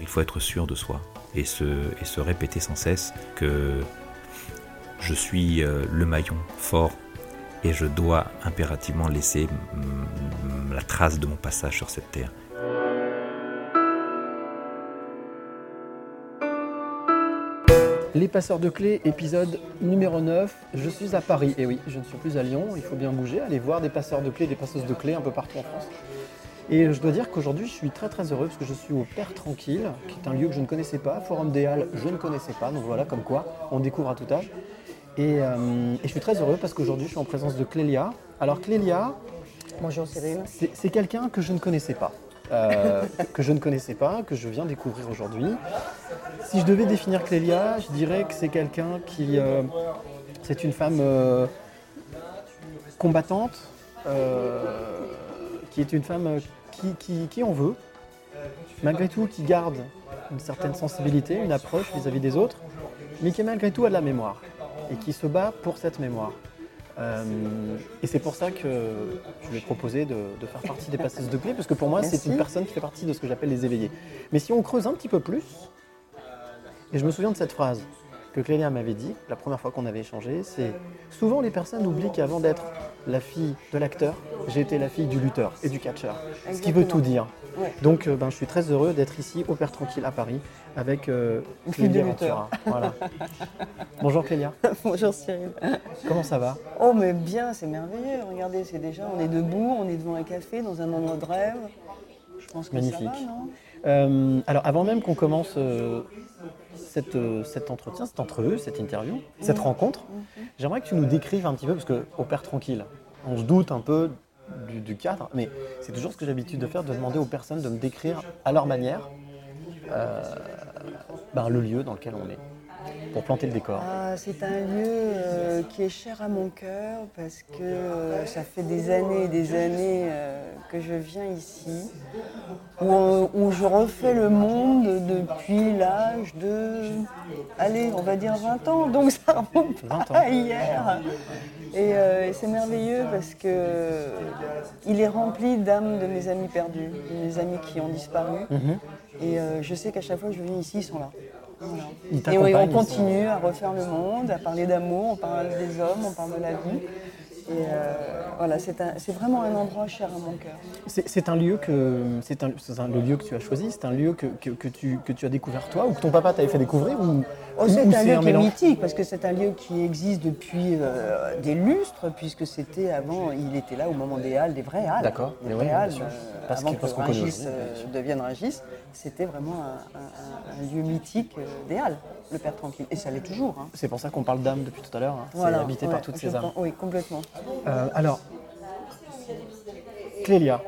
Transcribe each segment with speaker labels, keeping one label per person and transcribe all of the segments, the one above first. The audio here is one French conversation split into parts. Speaker 1: Il faut être sûr de soi et se, et se répéter sans cesse que je suis euh, le maillon fort et je dois impérativement laisser mm, la trace de mon passage sur cette terre.
Speaker 2: Les passeurs de clés, épisode numéro 9. Je suis à Paris. Et oui, je ne suis plus à Lyon. Il faut bien bouger, aller voir des passeurs de clés, des passeuses de clés un peu partout en France. Et je dois dire qu'aujourd'hui, je suis très très heureux parce que je suis au Père Tranquille, qui est un lieu que je ne connaissais pas. Forum des Halles, je ne connaissais pas. Donc voilà, comme quoi, on découvre à tout âge. Et, euh, et je suis très heureux parce qu'aujourd'hui, je suis en présence de Clélia. Alors Clélia,
Speaker 3: Bonjour Cyril.
Speaker 2: c'est- C'est quelqu'un que je ne connaissais pas. Euh, que je ne connaissais pas, que je viens découvrir aujourd'hui. Si je devais définir Clélia, je dirais que c'est quelqu'un qui. euh, c'est une femme euh, combattante, euh, qui est une femme euh, qui, qui, qui en veut, malgré tout qui garde une certaine sensibilité, une approche vis-à-vis des autres, mais qui malgré tout a de la mémoire et qui se bat pour cette mémoire. Euh, et c'est pour ça que je lui ai proposé de, de faire partie des passeuses de clés, parce que pour moi, c'est
Speaker 3: Merci.
Speaker 2: une personne qui fait partie de ce que j'appelle les éveillés. Mais si on creuse un petit peu plus, et je me souviens de cette phrase que Clélia m'avait dit la première fois qu'on avait échangé, c'est souvent les personnes oublient qu'avant d'être la fille de l'acteur, j'ai été la fille du lutteur et du catcheur, ce qui veut tout dire.
Speaker 3: Ouais.
Speaker 2: Donc euh, ben, je suis très heureux d'être ici au Père Tranquille à Paris avec euh,
Speaker 3: Une fille
Speaker 2: Clélia
Speaker 3: du lutteur.
Speaker 2: Ventura. Voilà. Bonjour Clélia,
Speaker 3: Bonjour Cyril.
Speaker 2: comment ça va
Speaker 3: Oh mais bien, c'est merveilleux. Regardez, c'est déjà, on est debout, on est devant un café, dans un endroit de rêve. Je pense que ça va,
Speaker 2: Magnifique.
Speaker 3: non
Speaker 2: Euh, alors, avant même qu'on commence euh, cette, euh, cet entretien, cette entrevue, cette interview, cette rencontre, j'aimerais que tu nous décrives un petit peu, parce que au Père Tranquille, on se doute un peu du, du cadre, mais c'est toujours ce que j'ai l'habitude de faire, de demander aux personnes de me décrire à leur manière euh, ben, le lieu dans lequel on est, pour planter le décor.
Speaker 3: Ah, c'est un lieu euh, qui est cher à mon cœur parce que euh, ça fait des années et des années euh, que je viens ici, où, on- où je refais le monde depuis l'âge de, allez, on va dire 20 ans, donc ça remonte
Speaker 2: 20 ans.
Speaker 3: à hier. Et, euh, et c'est merveilleux parce que euh, il est rempli d'âmes de mes amis perdus, de mes amis qui ont disparu.
Speaker 2: Mhm.
Speaker 3: Et euh, je sais qu'à chaque fois que je viens ici, ils sont là. Voilà.
Speaker 2: Ils
Speaker 3: Et oui, on
Speaker 2: t'accompagnent, ils sont-
Speaker 3: continue à refaire le monde, à parler d'amour, on parle des hommes, on parle de la vie. Et euh, voilà, c'est un- c'est vraiment un endroit cher à mon cœur.
Speaker 2: C'est c'est un lieu que c'est un- c'est un- le lieu que tu as choisi, c'est un lieu que, que- que tu, que tu as découvert toi, ou que ton papa t'avait fait découvrir, ou,
Speaker 3: Oh,
Speaker 2: ou-
Speaker 3: c'est
Speaker 2: ou
Speaker 3: un lieu qui est
Speaker 2: mélange
Speaker 3: mythique, parce que c'est un lieu qui existe depuis euh, des lustres, puisque c'était avant, il était là au moment des Halles, des vraies Halles.
Speaker 2: D'accord,
Speaker 3: Des
Speaker 2: mais
Speaker 3: vraies
Speaker 2: oui, bien
Speaker 3: Halles,
Speaker 2: sûr.
Speaker 3: euh,
Speaker 2: Parce
Speaker 3: avant
Speaker 2: que-
Speaker 3: que,
Speaker 2: parce qu'on connaît
Speaker 3: Rungis
Speaker 2: aujourd'hui,
Speaker 3: euh,
Speaker 2: bien sûr.
Speaker 3: devienne Rungis, c'était vraiment un, un- un- un lieu mythique euh, des Halles, le Père Tranquille. Et ça l'est toujours. hein.
Speaker 2: C'est pour ça qu'on parle d'âme depuis tout à l'heure. hein.
Speaker 3: Voilà,
Speaker 2: c'est habité
Speaker 3: ouais,
Speaker 2: par toutes
Speaker 3: je
Speaker 2: ces âmes.
Speaker 3: pense- Oui, complètement.
Speaker 2: Euh, alors, Clélia,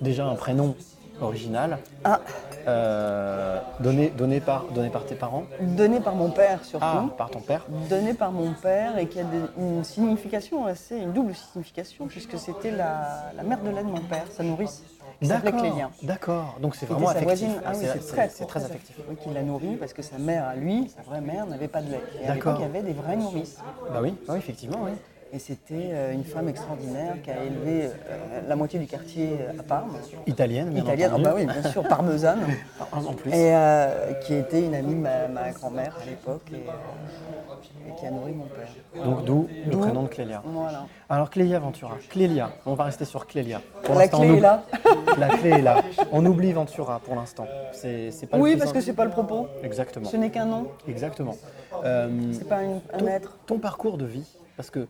Speaker 2: déjà un prénom original,
Speaker 3: Ah,
Speaker 2: euh, donné, donné, par, donné par tes parents,
Speaker 3: donné par mon père surtout.
Speaker 2: ah, par ton père.
Speaker 3: donné par mon père et qui a des- une signification assez, une double signification, puisque c'était la, la mère de lait de mon père, sa nourrice, qui s'appelait Clélia.
Speaker 2: d'accord. Donc c'est
Speaker 3: C'était
Speaker 2: vraiment
Speaker 3: sa
Speaker 2: affectif.
Speaker 3: voisine. Ah oui,
Speaker 2: C'est-
Speaker 3: c'est très,
Speaker 2: c'est très affectif.
Speaker 3: Oui, qui l'a nourrie parce que sa mère à lui, sa vraie mère, n'avait pas de lait. Et à
Speaker 2: D'accord.
Speaker 3: l'époque, il y avait des vraies nourrices.
Speaker 2: Bah oui,
Speaker 3: Ah
Speaker 2: bah oui, effectivement, oui.
Speaker 3: Et c'était euh, une femme extraordinaire qui a élevé euh, la moitié du quartier euh, à Parme.
Speaker 2: Italienne, bien
Speaker 3: Italienne, ah
Speaker 2: entendu.
Speaker 3: bah oui, bien sûr, parmesane.
Speaker 2: En- en plus.
Speaker 3: Et euh, qui était une amie de ma, ma grand-mère à l'époque et, euh, et qui a nourri mon père.
Speaker 2: Donc d'où le
Speaker 3: D'où-
Speaker 2: prénom de Clélia.
Speaker 3: Voilà.
Speaker 2: Alors Clélia Ventura, Clélia, on va rester sur Clélia. Pour
Speaker 3: La
Speaker 2: l'instant,
Speaker 3: clé
Speaker 2: on
Speaker 3: est
Speaker 2: oublie-
Speaker 3: là.
Speaker 2: La clé est là. On oublie Ventura pour l'instant. C'est c'est pas le
Speaker 3: Oui,
Speaker 2: plus
Speaker 3: parce que
Speaker 2: important.
Speaker 3: c'est pas le propos.
Speaker 2: Exactement.
Speaker 3: Ce n'est qu'un nom,
Speaker 2: Exactement. Euh,
Speaker 3: c'est pas un, un
Speaker 2: ton,
Speaker 3: être.
Speaker 2: ton parcours de vie, parce que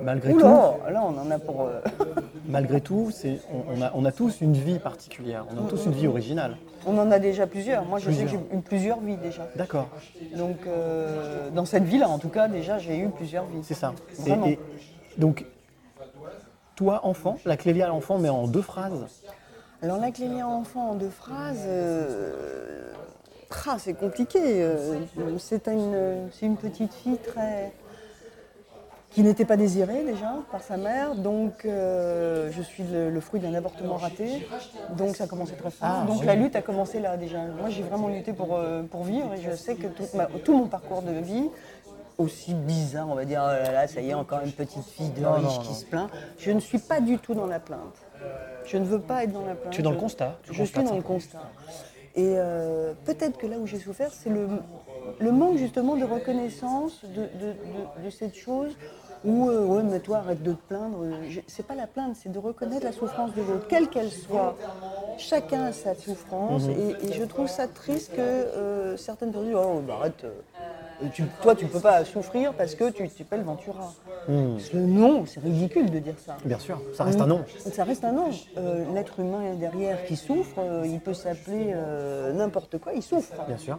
Speaker 2: malgré tout,
Speaker 3: Oula, là on en a pour. euh,
Speaker 2: malgré tout, c'est on, on a, on a tous une vie particulière, on a tous une vie originale.
Speaker 3: on en a déjà plusieurs. Moi je sais
Speaker 2: Plusieurs.
Speaker 3: que j'ai eu plusieurs vies déjà.
Speaker 2: D'accord,
Speaker 3: Donc euh, dans cette vie-là en tout cas, déjà j'ai eu plusieurs vies.
Speaker 2: c'est ça. Et-
Speaker 3: Vraiment.
Speaker 2: et- donc, toi enfant, la Clélia l'enfant, mais en deux phrases.
Speaker 3: Alors la Clélia enfant en deux phrases, euh, Crah, c'est compliqué. euh, C'est une, c'est une petite fille très qui n'était pas désirée déjà par sa mère, donc euh, je suis le, le fruit d'un avortement raté, donc ça a commencé très fort. donc la lutte a commencé là déjà. Moi j'ai vraiment lutté pour, euh, pour vivre et je sais que toute ma- tout mon parcours de vie, aussi bizarre, on va dire, oh là là, ça y est, encore une petite fille de riche qui se plaint, je ne suis pas du tout dans la plainte. Je ne veux pas être dans la plainte.
Speaker 2: Tu es dans le
Speaker 3: Je-
Speaker 2: constat. Tu
Speaker 3: je suis
Speaker 2: constates
Speaker 3: dans le
Speaker 2: simplement.
Speaker 3: constat. Et euh, peut-être que là où j'ai souffert, c'est le, le manque justement de reconnaissance de, de- de- de cette chose où, euh, ouais, mais toi, arrête de te plaindre. Je- C'est pas la plainte, c'est de reconnaître la souffrance de l'autre, quelle qu'elle soit. Chacun a sa souffrance
Speaker 2: Mhm.
Speaker 3: et, et je trouve ça triste que euh, certaines personnes disent Oh, bah, arrête, euh, tu- toi, tu peux pas souffrir parce que tu t'appelles Ventura.
Speaker 2: Mhm.
Speaker 3: Parce que Non, c'est ridicule de dire ça.
Speaker 2: Bien sûr, ça
Speaker 3: Mm.
Speaker 2: reste un nom.
Speaker 3: Ça reste un nom. Euh, L'être humain derrière qui souffre, euh, il peut s'appeler euh, n'importe quoi, il souffre.
Speaker 2: Bien sûr.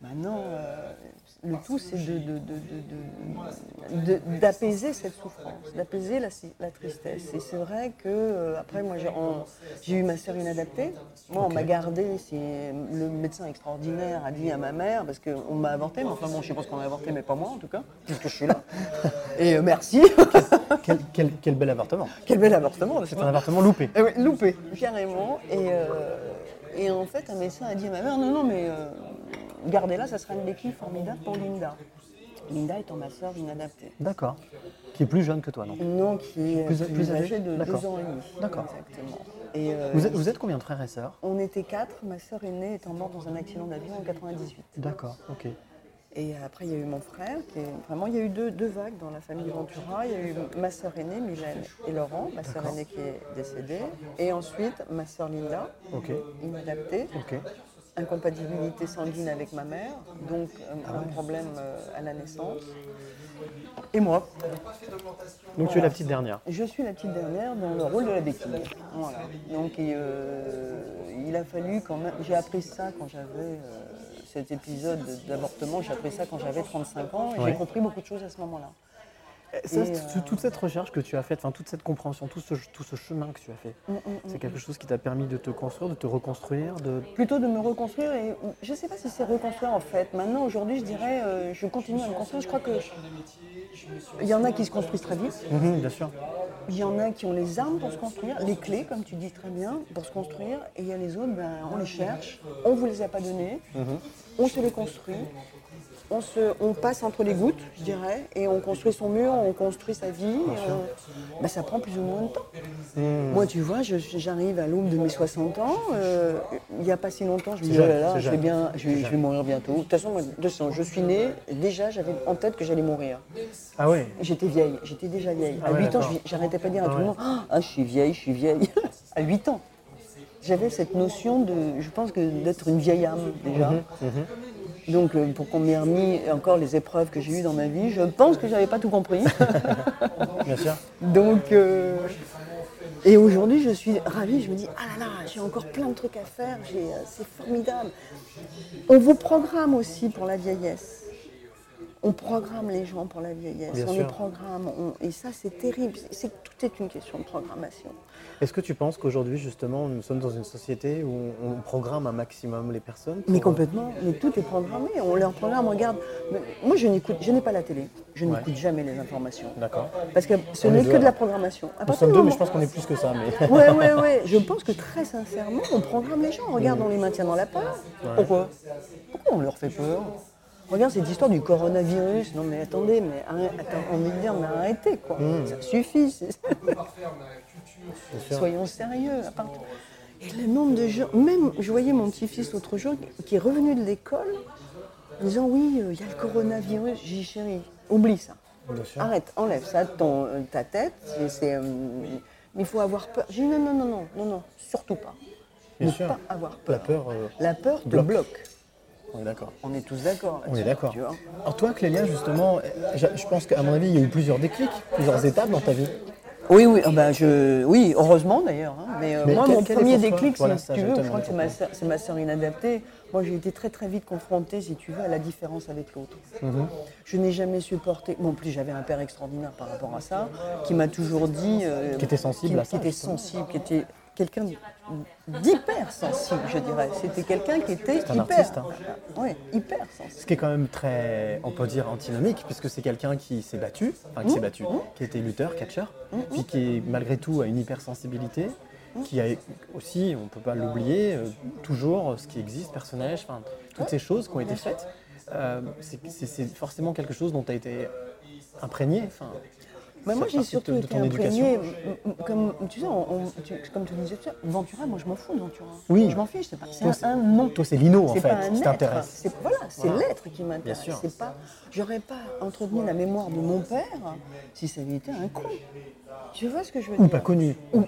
Speaker 3: Maintenant, euh, le tout, c'est de- de- de- de- de- de- d'apaiser cette souffrance, d'apaiser la, si- la tristesse. Et c'est vrai que, euh, après, moi, j'ai en- j'ai eu ma sœur inadaptée. Moi, on m'a gardée. c'est- Le médecin extraordinaire a dit à ma mère, parce qu'on m'a avorté, mais enfin, bon, je sais pas ce qu'on a avorté, mais pas moi, en tout cas, puisque je suis là. Et euh, merci.
Speaker 2: Quel, quel- quel bel appartement.
Speaker 3: Quel bel avortement,
Speaker 2: C'est un appartement loupé.
Speaker 3: eh oui, loupé, carrément. Et, euh, et en fait, un médecin a dit à ma mère, non, non, mais euh, gardez-la, ça sera une béquille formidable pour Linda. Linda étant ma sœur inadaptée.
Speaker 2: D'accord. Qui est plus jeune que toi, non
Speaker 3: Non, qui est
Speaker 2: Plus-
Speaker 3: plus,
Speaker 2: plus âgée
Speaker 3: âgée de
Speaker 2: D'accord.
Speaker 3: deux ans et demi.
Speaker 2: D'accord.
Speaker 3: Exactement. Et, euh,
Speaker 2: vous êtes, vous êtes combien de frères et sœurs
Speaker 3: On était quatre, ma sœur aînée étant morte dans un accident d'avion en 98.
Speaker 2: D'accord, ok.
Speaker 3: Et après, il y a eu mon frère, qui est- vraiment, il y a eu deux, deux vagues dans la famille Ventura. Il y a eu ma sœur aînée, Mylène et Laurent, ma sœur aînée qui est décédée. Et ensuite, ma sœur Linda,
Speaker 2: Ok,
Speaker 3: inadaptée,
Speaker 2: ok.
Speaker 3: incompatibilité sanguine avec ma mère, donc euh, un problème euh, à la naissance. Et moi,
Speaker 2: Donc tu es la petite dernière.
Speaker 3: je suis la petite dernière dans le rôle de la béquille. Voilà. Donc et, euh, il a fallu quand même. J'ai appris ça quand j'avais euh, cet épisode d'avortement. J'ai appris ça quand j'avais 35 ans et
Speaker 2: Ouais.
Speaker 3: j'ai compris beaucoup de choses à ce moment-là.
Speaker 2: Ça,
Speaker 3: Et,
Speaker 2: c'est-
Speaker 3: euh,
Speaker 2: Toute cette recherche que tu as faite, enfin, toute cette compréhension, tout ce, tout ce chemin que tu as fait, c'est quelque chose qui t'a permis de te construire, de te reconstruire, de...
Speaker 3: plutôt de me reconstruire et je ne sais pas si c'est reconstruire en fait. Maintenant aujourd'hui je dirais euh, je continue à me construire. Je crois que il y en a qui se construisent très vite.
Speaker 2: Mhm, bien sûr.
Speaker 3: Il y en a qui ont les armes pour se construire, les clés, comme tu dis très bien, pour se construire. Et il y a les autres, ben, on les cherche, on ne vous les a pas données,
Speaker 2: Mhm.
Speaker 3: on se les construit, on, se, on passe entre les gouttes, je dirais, et on construit son mur, on construit sa vie. et on- ben, ça prend plus ou moins de temps.
Speaker 2: Mhm.
Speaker 3: Moi, tu vois, je- j'arrive à l'aube de mes 60 ans. euh, Il n'y a pas si longtemps, je me dis,
Speaker 2: jeune,
Speaker 3: oh là là,
Speaker 2: c'est
Speaker 3: je vais,
Speaker 2: jeune.
Speaker 3: bien, je, vais- je vais mourir bientôt. De toute façon, moi, de toute façon, je suis née, déjà, j'avais en tête que j'allais mourir.
Speaker 2: Ah ouais
Speaker 3: J'étais vieille, j'étais déjà vieille.
Speaker 2: Ah
Speaker 3: à
Speaker 2: ouais,
Speaker 3: 8 ans,
Speaker 2: d'accord.
Speaker 3: je- j'arrêtais pas de dire à
Speaker 2: Ah
Speaker 3: tout
Speaker 2: ouais.
Speaker 3: le monde Ah, je suis vieille, je suis vieille. à 8 ans. J'avais cette notion de, je pense que d'être une vieille âme déjà.
Speaker 2: Mhm.
Speaker 3: Donc euh, pour qu'on m'ait remis encore les épreuves que j'ai eues dans ma vie, je pense que j'avais pas tout compris.
Speaker 2: Bien sûr.
Speaker 3: Donc, euh, et aujourd'hui, je suis ravie. Je me dis, ah là là, j'ai encore plein de trucs à faire. j'ai, euh, C'est formidable. On vous programme aussi pour la vieillesse. On programme les gens pour la vieillesse.
Speaker 2: Bien
Speaker 3: on
Speaker 2: sûr.
Speaker 3: les programme. on- et ça, c'est terrible. C'est- c'est- tout est une question de programmation.
Speaker 2: Est-ce que tu penses qu'aujourd'hui, justement, nous sommes dans une société où on, on programme un maximum les personnes pour- euh,
Speaker 3: Mais complètement. Mais tout est programmé. On leur programme. on Regarde. Mais Moi, je n'écoute. Je n'ai pas la télé. Je n'écoute jamais les informations.
Speaker 2: D'accord.
Speaker 3: Parce que ce
Speaker 2: On est
Speaker 3: n'est
Speaker 2: deux,
Speaker 3: que de
Speaker 2: là.
Speaker 3: la programmation. À
Speaker 2: Nous
Speaker 3: partir
Speaker 2: sommes
Speaker 3: du
Speaker 2: deux, mais
Speaker 3: moment-
Speaker 2: je pense qu'on est plus que ça. Mais...
Speaker 3: Ouais, ouais, ouais. Je pense que très sincèrement, on programme les gens. Regarde, on les maintient dans la peur. Pourquoi Pourquoi on leur fait peur Regarde cette histoire du coronavirus. Non, mais attendez, mais arrête- attends, on veut dire, mais arrêtez, quoi. Ça suffit. c'est- Soyons sérieux. à part- Et le nombre de gens. Même, je voyais mon petit-fils l'autre jour qui est revenu de l'école en disant Oui, euh, il y a le coronavirus. J'ai dit Chérie, oublie ça. Arrête, enlève ça de ton, euh, ta tête. c'est- c'est, euh, mais il faut avoir peur. J'ai dit non, non, non, non, non, non, surtout pas.
Speaker 2: Bien
Speaker 3: ne
Speaker 2: sûr.
Speaker 3: pas avoir
Speaker 2: La
Speaker 3: peur.
Speaker 2: peur, euh,
Speaker 3: La peur te
Speaker 2: bloque.
Speaker 3: bloque.
Speaker 2: on est d'accord.
Speaker 3: On est tous d'accord.
Speaker 2: On est
Speaker 3: là-dessus,
Speaker 2: d'accord.
Speaker 3: tu vois.
Speaker 2: Alors toi, Clélia, justement, je je pense qu'à mon avis, il y a eu plusieurs déclics, plusieurs étapes dans ta vie.
Speaker 3: Oui, oui, ah bah, je... oui, heureusement d'ailleurs. hein. Mais, euh,
Speaker 2: Mais
Speaker 3: moi,
Speaker 2: quel-
Speaker 3: mon
Speaker 2: quel est
Speaker 3: premier
Speaker 2: pour toi
Speaker 3: déclic,
Speaker 2: Voilà,
Speaker 3: si
Speaker 2: ça,
Speaker 3: tu
Speaker 2: je
Speaker 3: veux,
Speaker 2: te
Speaker 3: je crois que c'est ma,
Speaker 2: demande
Speaker 3: sœur- c'est ma sœur inadaptée. Moi, j'ai été très très vite confrontée, si tu veux, à la différence avec l'autre.
Speaker 2: Mhm.
Speaker 3: Je n'ai jamais supporté. Bon, en plus, j'avais un père extraordinaire par rapport à ça, qui m'a toujours dit. euh,
Speaker 2: Qui était sensible
Speaker 3: qui-
Speaker 2: à ça,
Speaker 3: Qui était
Speaker 2: justement.
Speaker 3: sensible, qui était quelqu'un d'hyper sensible, je dirais. C'était quelqu'un qui était
Speaker 2: C'est un
Speaker 3: hyper.
Speaker 2: artiste, hein.
Speaker 3: Ouais, hyper sensible.
Speaker 2: Ce qui est quand même très, on peut dire, antinomique, puisque c'est quelqu'un qui s'est battu, enfin
Speaker 3: Mmh.
Speaker 2: qui s'est battu, qui était lutteur, catcheur, puis qui, est, malgré tout, a une hypersensibilité,
Speaker 3: Mmh.
Speaker 2: qui a aussi, on ne peut pas l'oublier, euh, toujours ce qui existe, personnage, enfin, toutes
Speaker 3: Mmh.
Speaker 2: ces choses qui ont été faites. euh, c'est- c'est c'est forcément quelque chose dont tu as été imprégné. enfin,
Speaker 3: Mais Bah,
Speaker 2: ça
Speaker 3: moi,
Speaker 2: fait
Speaker 3: j'ai
Speaker 2: partie
Speaker 3: surtout
Speaker 2: de- de
Speaker 3: été
Speaker 2: ton éducation.
Speaker 3: imprégnée, m- m- comme tu sais, on- on- tu- comme tu disais, tu sais, Ventura, moi, je m'en fous de Ventura.
Speaker 2: Oui.
Speaker 3: je m'en fiche. C'est pas
Speaker 2: Toi,
Speaker 3: c'est
Speaker 2: c'est-
Speaker 3: un, un nom.
Speaker 2: Toi, c'est Lino, en
Speaker 3: C'est
Speaker 2: fait,
Speaker 3: pas un
Speaker 2: qui
Speaker 3: être.
Speaker 2: t'intéresse.
Speaker 3: C'est- Voilà, c'est
Speaker 2: Voilà.
Speaker 3: l'être qui
Speaker 2: Bien
Speaker 3: m'intéresse.
Speaker 2: sûr.
Speaker 3: C'est pas, j'aurais pas entretenu la mémoire de mon père si ça avait été un con. Tu vois ce que je veux dire
Speaker 2: Ou pas connu. On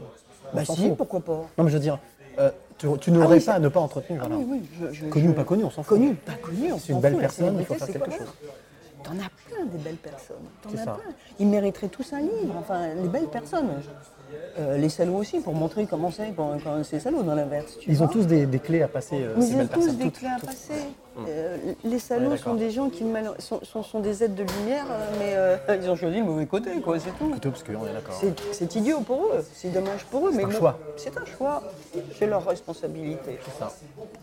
Speaker 3: Bah
Speaker 2: s'en
Speaker 3: si,
Speaker 2: fout.
Speaker 3: pourquoi pas
Speaker 2: Non, mais je veux dire, euh, tu, tu n'aurais
Speaker 3: Ah oui,
Speaker 2: pas à
Speaker 3: c'est-
Speaker 2: ne pas entretenir.
Speaker 3: Ah
Speaker 2: voilà.
Speaker 3: oui, oui, je- je-
Speaker 2: Connu
Speaker 3: je-
Speaker 2: ou pas connu, on s'en fout.
Speaker 3: Connu ou pas connu, on
Speaker 2: C'est une
Speaker 3: s'en
Speaker 2: belle
Speaker 3: fout, la
Speaker 2: personne, il
Speaker 3: célébrité,
Speaker 2: faut faire
Speaker 3: c'est
Speaker 2: quelque
Speaker 3: quoi
Speaker 2: chose.
Speaker 3: T'en as plein des belles personnes. T'en
Speaker 2: C'est
Speaker 3: as
Speaker 2: ça.
Speaker 3: plein. Ils mériteraient tous un livre. Enfin, les belles personnes. Euh, les salauds aussi, pour montrer comment c'est quand, quand c'est salaud dans l'inverse. tu
Speaker 2: Ils ont
Speaker 3: vois.
Speaker 2: tous des, des clés à passer. euh,
Speaker 3: Mais
Speaker 2: ces
Speaker 3: ils ont
Speaker 2: belles
Speaker 3: tous
Speaker 2: personnes,
Speaker 3: des
Speaker 2: toutes,
Speaker 3: clés à
Speaker 2: toutes.
Speaker 3: passer. Euh, les salauds
Speaker 2: Ouais, d'accord.
Speaker 3: sont des gens qui mal- sont, sont- sont des aides de lumière, euh, mais euh, ils ont choisi le mauvais côté, quoi, c'est tout.
Speaker 2: Plutôt parce qu'on est d'accord.
Speaker 3: C'est- C'est idiot pour eux, c'est dommage pour eux, mais
Speaker 2: un
Speaker 3: bon,
Speaker 2: choix.
Speaker 3: C'est un choix, c'est leur responsabilité.
Speaker 2: Ça.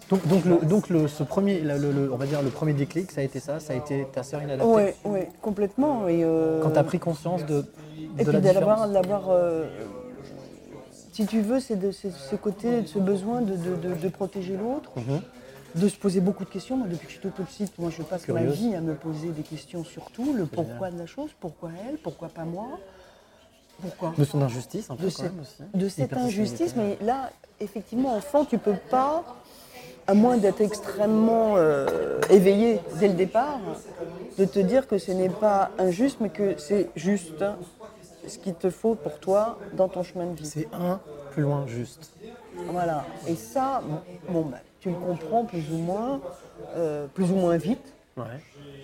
Speaker 2: Donc, donc, le, donc le, ce premier, le, le- le- on va dire le premier déclic, ça a été ça, ça a été ta sœur inadaptée.
Speaker 3: Oui, ouais, complètement. Et, euh,
Speaker 2: Quand tu as pris conscience de,
Speaker 3: Et
Speaker 2: de
Speaker 3: puis
Speaker 2: la
Speaker 3: d'avoir,
Speaker 2: différence.
Speaker 3: d'avoir, euh, si tu veux, c'est de c'est ce côté, de ce besoin de, de- de- de protéger l'autre,
Speaker 2: Mhm.
Speaker 3: de se poser beaucoup de questions. Moi, depuis que je suis toute petite, moi, je passe ma
Speaker 2: Curieuse.
Speaker 3: vie à me poser des questions surtout le pourquoi de la chose, pourquoi elle, pourquoi pas moi, pourquoi
Speaker 2: De son injustice, un peu
Speaker 3: de,
Speaker 2: quand
Speaker 3: ce-
Speaker 2: même aussi.
Speaker 3: de cette
Speaker 2: Hypersensibilité.
Speaker 3: injustice. Mais là, effectivement, enfant, tu peux pas, à moins d'être extrêmement euh, éveillé dès le départ, de te dire que ce n'est pas injuste, mais que c'est juste ce qu'il te faut pour toi dans ton chemin de vie.
Speaker 2: C'est un plus loin juste.
Speaker 3: Voilà. Et ça, bon, bah, tu le comprends plus ou moins, euh, plus ou moins vite.
Speaker 2: Ouais.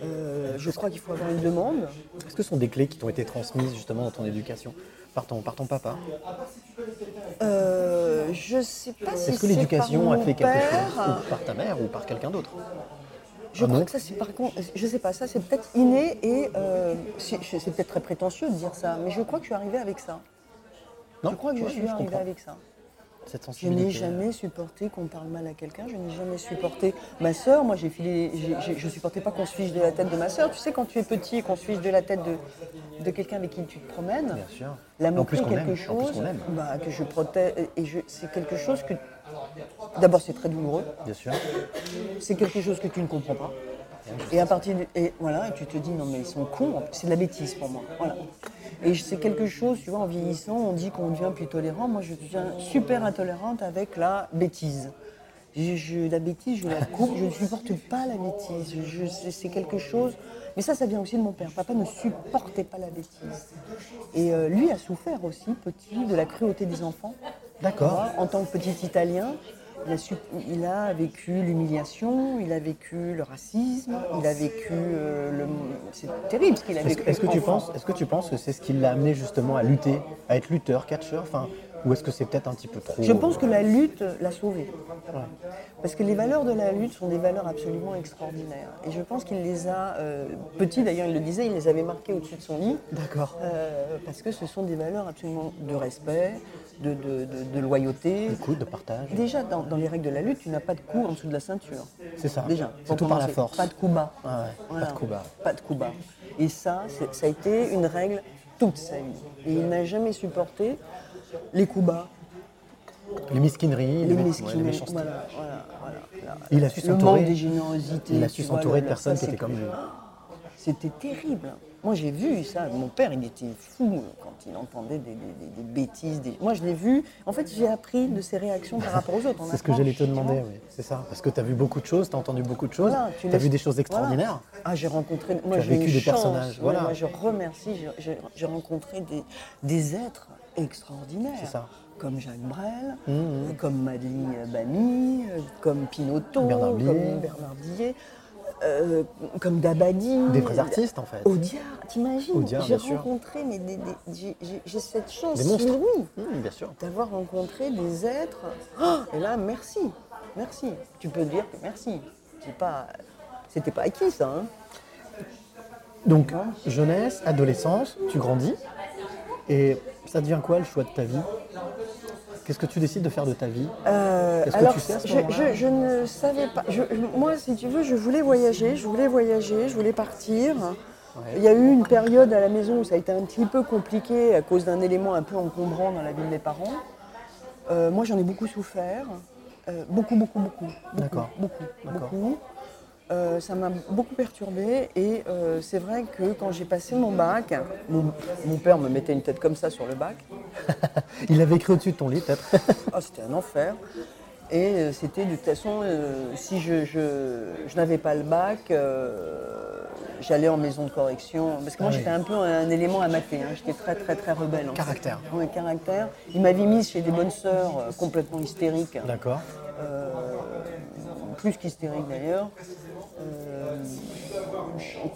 Speaker 3: Euh, je crois qu'il faut avoir une demande.
Speaker 2: Est-ce que ce sont des clés qui t'ont été transmises justement dans ton éducation par ton, par ton papa
Speaker 3: Euh, je sais pas si
Speaker 2: Est-ce
Speaker 3: c'est
Speaker 2: que l'éducation
Speaker 3: par
Speaker 2: a
Speaker 3: mon
Speaker 2: fait quelque
Speaker 3: père.
Speaker 2: chose Ou par ta mère ou par quelqu'un d'autre
Speaker 3: Je
Speaker 2: Ah
Speaker 3: crois
Speaker 2: non
Speaker 3: que ça, c'est par contre, je sais pas, ça c'est peut-être inné et euh, c'est je- c'est peut-être très prétentieux de dire ça, mais je crois que je suis arrivée avec ça.
Speaker 2: Non
Speaker 3: je crois que je
Speaker 2: Ouais,
Speaker 3: suis arrivée
Speaker 2: comprends. euh,
Speaker 3: avec ça.
Speaker 2: Cette
Speaker 3: Je n'ai
Speaker 2: sensibilité.
Speaker 3: jamais supporté qu'on parle mal à quelqu'un, je n'ai jamais supporté ma sœur, moi j'ai filé, j'ai- j'ai- je supportais pas qu'on se fiche de la tête de ma sœur. Tu sais, quand tu es petit et qu'on se fiche de la tête de, de quelqu'un avec qui tu te promènes,
Speaker 2: Bien sûr.
Speaker 3: la
Speaker 2: En
Speaker 3: moquerie
Speaker 2: plus
Speaker 3: est
Speaker 2: qu'on
Speaker 3: quelque
Speaker 2: aime, en
Speaker 3: chose
Speaker 2: plus qu'on aime.
Speaker 3: bah, que je protège, et je- c'est quelque chose que, d'abord c'est très douloureux,
Speaker 2: euh, Bien sûr.
Speaker 3: c'est quelque chose que tu ne comprends pas. Et à partir du- et voilà, et tu te dis non mais ils sont cons, c'est de la bêtise pour moi. Voilà. Et je- c'est quelque chose, tu vois, en vieillissant, on dit qu'on devient plus tolérant. Moi, je deviens super intolérante avec la bêtise. Je, je- la bêtise, je la coupe, je ne supporte pas la bêtise. Je- je- c'est- c'est quelque chose. Mais ça, ça vient aussi de mon père. Papa ne supportait pas la bêtise. Et euh, lui a souffert aussi, petit, de la cruauté des enfants.
Speaker 2: D'accord.
Speaker 3: Voilà, En tant que petit Italien, il a, su- il a vécu l'humiliation, il a vécu le racisme, il a vécu euh, le. C'est terrible ce qu'il a
Speaker 2: Est-ce
Speaker 3: vécu.
Speaker 2: que, est-ce que tu
Speaker 3: enfant.
Speaker 2: penses, est-ce que tu penses que c'est ce qui l'a amené justement à lutter, à être lutteur, catcheur, enfin, ou est-ce que c'est peut-être un petit peu trop
Speaker 3: Je pense que la lutte l'a sauvé. Parce que les valeurs de la lutte sont des valeurs absolument extraordinaires. Et je pense qu'il les a, euh, petit d'ailleurs, il le disait, il les avait marquées au-dessus de son lit.
Speaker 2: D'accord.
Speaker 3: Euh, parce que ce sont des valeurs absolument de respect, de, de- de- de loyauté.
Speaker 2: D'écoute, de partage.
Speaker 3: Déjà, dans, dans les règles de la lutte, tu n'as pas de coup en dessous de la ceinture.
Speaker 2: C'est ça.
Speaker 3: Déjà.
Speaker 2: C'est
Speaker 3: pour
Speaker 2: tout par la
Speaker 3: commencer.
Speaker 2: force.
Speaker 3: Pas de coup bas.
Speaker 2: Ouais, ouais. Pas de coup bas.
Speaker 3: Pas de coup bas. Et ça, c'est- ça a été une règle toute sa vie. Et il n'a jamais supporté les coups bas,
Speaker 2: Les mesquineries,
Speaker 3: les
Speaker 2: mé- ouais,
Speaker 3: mesquineries.
Speaker 2: méchancetés.
Speaker 3: voilà, voilà, voilà, voilà.
Speaker 2: Il a su
Speaker 3: le
Speaker 2: s'entourer.
Speaker 3: manque des générosités.
Speaker 2: Il a su
Speaker 3: tu vois,
Speaker 2: s'entourer
Speaker 3: le-
Speaker 2: de personnes
Speaker 3: ça,
Speaker 2: qui
Speaker 3: c'est
Speaker 2: étaient comme
Speaker 3: que-
Speaker 2: lui.
Speaker 3: C'était terrible. Moi, j'ai vu ça. Mon père, il était fou quand il entendait des, des- des- des bêtises. des- Moi, je l'ai vu. En fait, j'ai appris de ses réactions par rapport aux autres. On
Speaker 2: C'est ce que
Speaker 3: apprend,
Speaker 2: j'allais te
Speaker 3: tu vois.
Speaker 2: demander, oui. C'est ça. Parce que tu as vu beaucoup de choses, tu as entendu beaucoup de choses,
Speaker 3: Voilà,
Speaker 2: tu as
Speaker 3: laisses-
Speaker 2: vu des choses extraordinaires.
Speaker 3: Voilà. Ah, j'ai rencontré. Moi,
Speaker 2: as
Speaker 3: j'ai eu
Speaker 2: vécu
Speaker 3: une
Speaker 2: des
Speaker 3: chance.
Speaker 2: personnages,
Speaker 3: Ouais,
Speaker 2: voilà.
Speaker 3: moi, je remercie. j'ai- J'ai j'ai rencontré des, des êtres extraordinaires.
Speaker 2: C'est ça.
Speaker 3: Comme Jacques Brel,
Speaker 2: Mhm.
Speaker 3: euh, comme Madeleine Bami, euh, comme Pinoteau,
Speaker 2: Bernard Blier.
Speaker 3: comme Bernard Blier, euh, comme Dabadi.
Speaker 2: Des vrais artistes, en fait.
Speaker 3: Audiard, t'imagines
Speaker 2: Audiard,
Speaker 3: J'ai
Speaker 2: bien sûr.
Speaker 3: rencontré, mais des- des- j'ai- j'ai- j'ai cette chance
Speaker 2: Des monstres.
Speaker 3: inouïe
Speaker 2: Mmh, bien sûr.
Speaker 3: d'avoir rencontré des êtres. Ah, et là, merci, merci. Tu peux dire que merci. C'est pas, c'était pas acquis ça. hein.
Speaker 2: Donc, jeunesse, adolescence, tu grandis. Et ça devient quoi le choix de ta vie Qu'est-ce que tu décides de faire de ta vie
Speaker 3: Euh,
Speaker 2: Qu'est-ce que
Speaker 3: alors,
Speaker 2: tu sais à ce
Speaker 3: je,
Speaker 2: moment-là
Speaker 3: je- je ne savais pas. Je- je- moi, si tu veux, je voulais voyager, je voulais voyager, je voulais partir. Il y a eu une période à la maison où ça a été un petit peu compliqué à cause d'un élément un peu encombrant dans la vie de mes parents. Euh, moi, j'en ai beaucoup souffert. Euh, beaucoup, beaucoup, beaucoup. beaucoup,
Speaker 2: D'accord.
Speaker 3: Beaucoup,
Speaker 2: D'accord.
Speaker 3: beaucoup. Euh, ça m'a beaucoup perturbée et euh, c'est vrai que quand j'ai passé mon bac, mon, mon père me mettait une tête comme ça sur le bac.
Speaker 2: Il avait écrit au-dessus de ton lit, peut-être.
Speaker 3: Ah, c'était un enfer. Et euh, c'était de toute façon, euh, si je, je- je n'avais pas le bac, euh, j'allais en maison de correction. Parce que moi,
Speaker 2: Ah oui.
Speaker 3: j'étais un peu un élément à mater. hein. J'étais très, très, très rebelle. en fait.
Speaker 2: Caractère.
Speaker 3: Ouais, caractère. Il m'avait mise chez des bonnes sœurs euh, complètement hystériques.
Speaker 2: D'accord.
Speaker 3: Euh, plus qu'hystériques d'ailleurs. euh,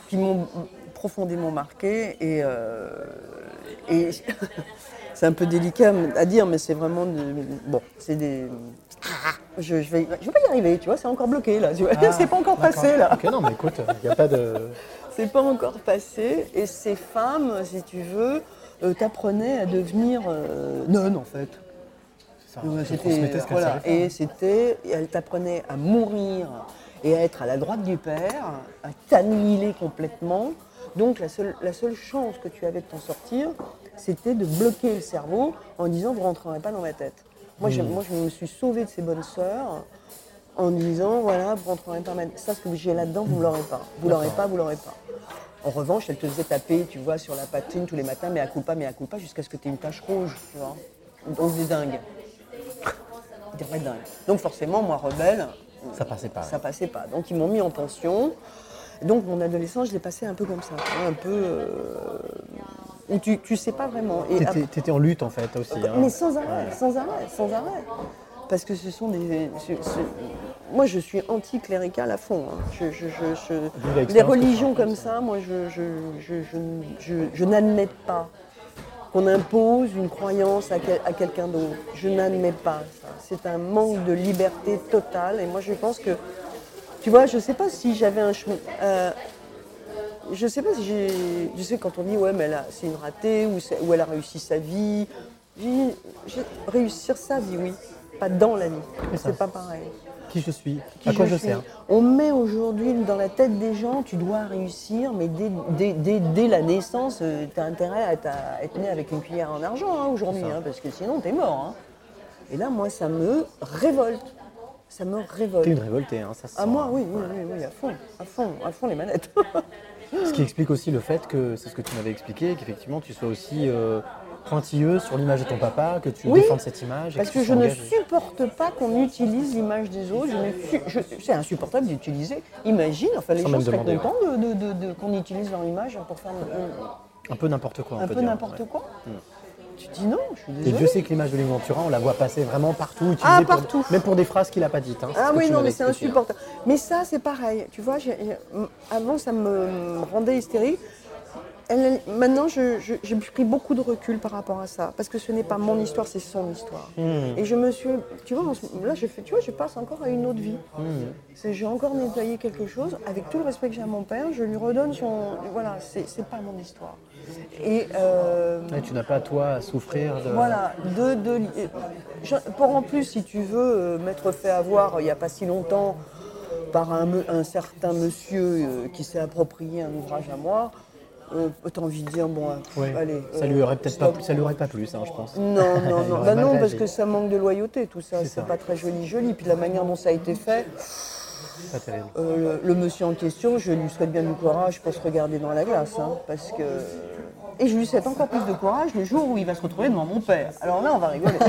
Speaker 3: qui m'ont profondément marqué. Et, euh, et c'est un peu délicat à dire, mais c'est vraiment. de- bon, c'est des. Je, je, vais, je vais pas y arriver, tu vois, c'est encore bloqué là, tu vois,
Speaker 2: Ah,
Speaker 3: c'est pas encore
Speaker 2: d'accord.
Speaker 3: passé là.
Speaker 2: Ok, non, mais écoute, il n'y a pas de.
Speaker 3: C'est pas encore passé. Et ces femmes, si tu veux, euh, t'apprenaient à devenir euh, nonne en fait.
Speaker 2: Ça,
Speaker 3: Ouais,
Speaker 2: je
Speaker 3: c'était-
Speaker 2: transmettais ce qu'elle
Speaker 3: voilà.
Speaker 2: savait faire.
Speaker 3: Et c'était, et elle t'apprenait à mourir et à être à la droite du père, à t'annihiler complètement. Donc la seule, la seule chance que tu avais de t'en sortir, c'était de bloquer le cerveau en disant vous rentrerez pas dans ma tête. Moi,
Speaker 2: Hmm.
Speaker 3: je, moi, je me suis sauvée de ces bonnes sœurs en disant voilà vous rentrerez pas dans ma tête. Ça ce que j'ai là-dedans vous ne l'aurez pas, vous l'aurez pas, vous l'aurez pas. En revanche, elle te faisait taper, tu vois, sur la patine tous les matins, mais à coup pas, mais à coup pas, jusqu'à ce que tu aies une tache rouge, tu vois. Donc des dingues. Des vrais dingues. Donc forcément, moi, rebelle,
Speaker 2: Ça passait pas.
Speaker 3: ça passait pas. Donc ils m'ont mis en pension. Donc mon adolescence, je l'ai passée un peu comme ça, tu vois, un peu euh, où tu, tu sais pas vraiment. Et
Speaker 2: T'étais, t'étais en lutte en fait aussi. hein.
Speaker 3: mais sans arrêt, sans arrêt, sans arrêt. Parce que ce sont des. ce- ce- moi, je suis anticléricale à fond. hein. Je- je- je- je-
Speaker 2: l'expérience
Speaker 3: les
Speaker 2: que
Speaker 3: religions
Speaker 2: tu
Speaker 3: comme
Speaker 2: racontes, ça.
Speaker 3: ça, moi, je, je- je- je- je- je n'admets pas qu'on impose une croyance à, quel- à quelqu'un d'autre. Je n'admets pas ça. C'est un manque de liberté totale. Et moi, je pense que. Tu vois, je sais pas si j'avais un chemin. euh, je sais pas si j'ai. Je sais quand on dit ouais mais elle a- c'est une ratée ou, c'est- ou elle a réussi sa vie. J'ai- j'ai- réussir sa vie, oui. Pas dans la vie.
Speaker 2: C'est ça.
Speaker 3: C'est pas pareil.
Speaker 2: Qui je suis
Speaker 3: Qui
Speaker 2: À quoi je,
Speaker 3: suis
Speaker 2: sers
Speaker 3: On met aujourd'hui dans la tête des gens, tu dois réussir, mais dès, dès- dès- dès la naissance, tu as intérêt à, ta- à être né avec une cuillère en argent hein, aujourd'hui, hein, parce que sinon t'es mort. hein. Et là, moi, ça me révolte. Ça me révolte.
Speaker 2: T'es une révoltée, hein, ça se
Speaker 3: Ah
Speaker 2: sent,
Speaker 3: moi,
Speaker 2: hein.
Speaker 3: oui, oui, oui, oui, à fond, à fond, à fond les manettes.
Speaker 2: Ce qui explique aussi le fait que, c'est ce que tu m'avais expliqué, qu'effectivement tu sois aussi euh, pointilleuse sur l'image de ton papa, que tu
Speaker 3: Oui,
Speaker 2: défendes cette image. et
Speaker 3: Parce que
Speaker 2: tu
Speaker 3: je ne
Speaker 2: t'engages-
Speaker 3: supporte pas qu'on utilise l'image des autres. je ne su- je- C'est insupportable d'utiliser. Imagine, enfin, les
Speaker 2: Sans
Speaker 3: gens
Speaker 2: même
Speaker 3: seraient
Speaker 2: demander,
Speaker 3: contents de- de- de- de- qu'on utilise leur image pour faire euh,
Speaker 2: Un peu n'importe quoi. on
Speaker 3: un
Speaker 2: peut
Speaker 3: peu
Speaker 2: dire,
Speaker 3: n'importe
Speaker 2: ouais. Hmm.
Speaker 3: quoi. Tu dis non, je suis
Speaker 2: Et Dieu
Speaker 3: désolée.
Speaker 2: sait que l'image de Lino Ventura, on la voit passer vraiment partout. utilisée
Speaker 3: Ah,
Speaker 2: pour-
Speaker 3: partout.
Speaker 2: Même pour des phrases qu'il n'a pas dites. hein, c'est
Speaker 3: Ah
Speaker 2: ce que
Speaker 3: oui,
Speaker 2: tu
Speaker 3: non,
Speaker 2: m'avais
Speaker 3: mais c'est
Speaker 2: expliqué, hein.
Speaker 3: insupportable. Mais ça, c'est pareil. Tu vois, j'ai- j'ai- avant, ça me rendait hystérique. Elle- maintenant, je- je- j'ai pris beaucoup de recul par rapport à ça. Parce que ce n'est pas mon histoire, c'est son histoire.
Speaker 2: Hmm.
Speaker 3: Et je me suis. Tu vois, en ce- là, je fais, tu vois, je passe encore à une autre vie.
Speaker 2: Mm.
Speaker 3: C'est- J'ai encore nettoyé quelque chose. Avec tout le respect que j'ai à mon père, je lui redonne son. Voilà, c'est c'est pas mon histoire. Et. euh,
Speaker 2: Et tu euh, n'as pas, toi, à souffrir de.
Speaker 3: voilà, de, de li- euh, je- pour en plus, si tu veux, euh, m'être fait avoir euh, il n'y a pas si longtemps par un, me- un certain monsieur euh, qui s'est approprié un ouvrage à moi, euh, t'as envie de dire, bon, euh, pff,
Speaker 2: Ouais.
Speaker 3: allez.
Speaker 2: ça
Speaker 3: euh,
Speaker 2: lui aurait peut-être
Speaker 3: stop.
Speaker 2: pas, ça lui aurait pas plu, ça, hein, je pense.
Speaker 3: Non, non,
Speaker 2: Il
Speaker 3: non.
Speaker 2: aurait
Speaker 3: Bah
Speaker 2: mal
Speaker 3: non,
Speaker 2: réagi.
Speaker 3: parce que ça manque de loyauté, tout ça.
Speaker 2: C'est ça.
Speaker 3: C'est pas très joli, joli. Puis la manière dont ça a été fait,
Speaker 2: Pas terrible.
Speaker 3: euh, le, le monsieur en question, je lui souhaite bien du courage pour se regarder dans la glace, hein, parce que. Et je lui souhaite encore plus de courage le jour où il va se retrouver devant mon père. Alors là, on va rigoler.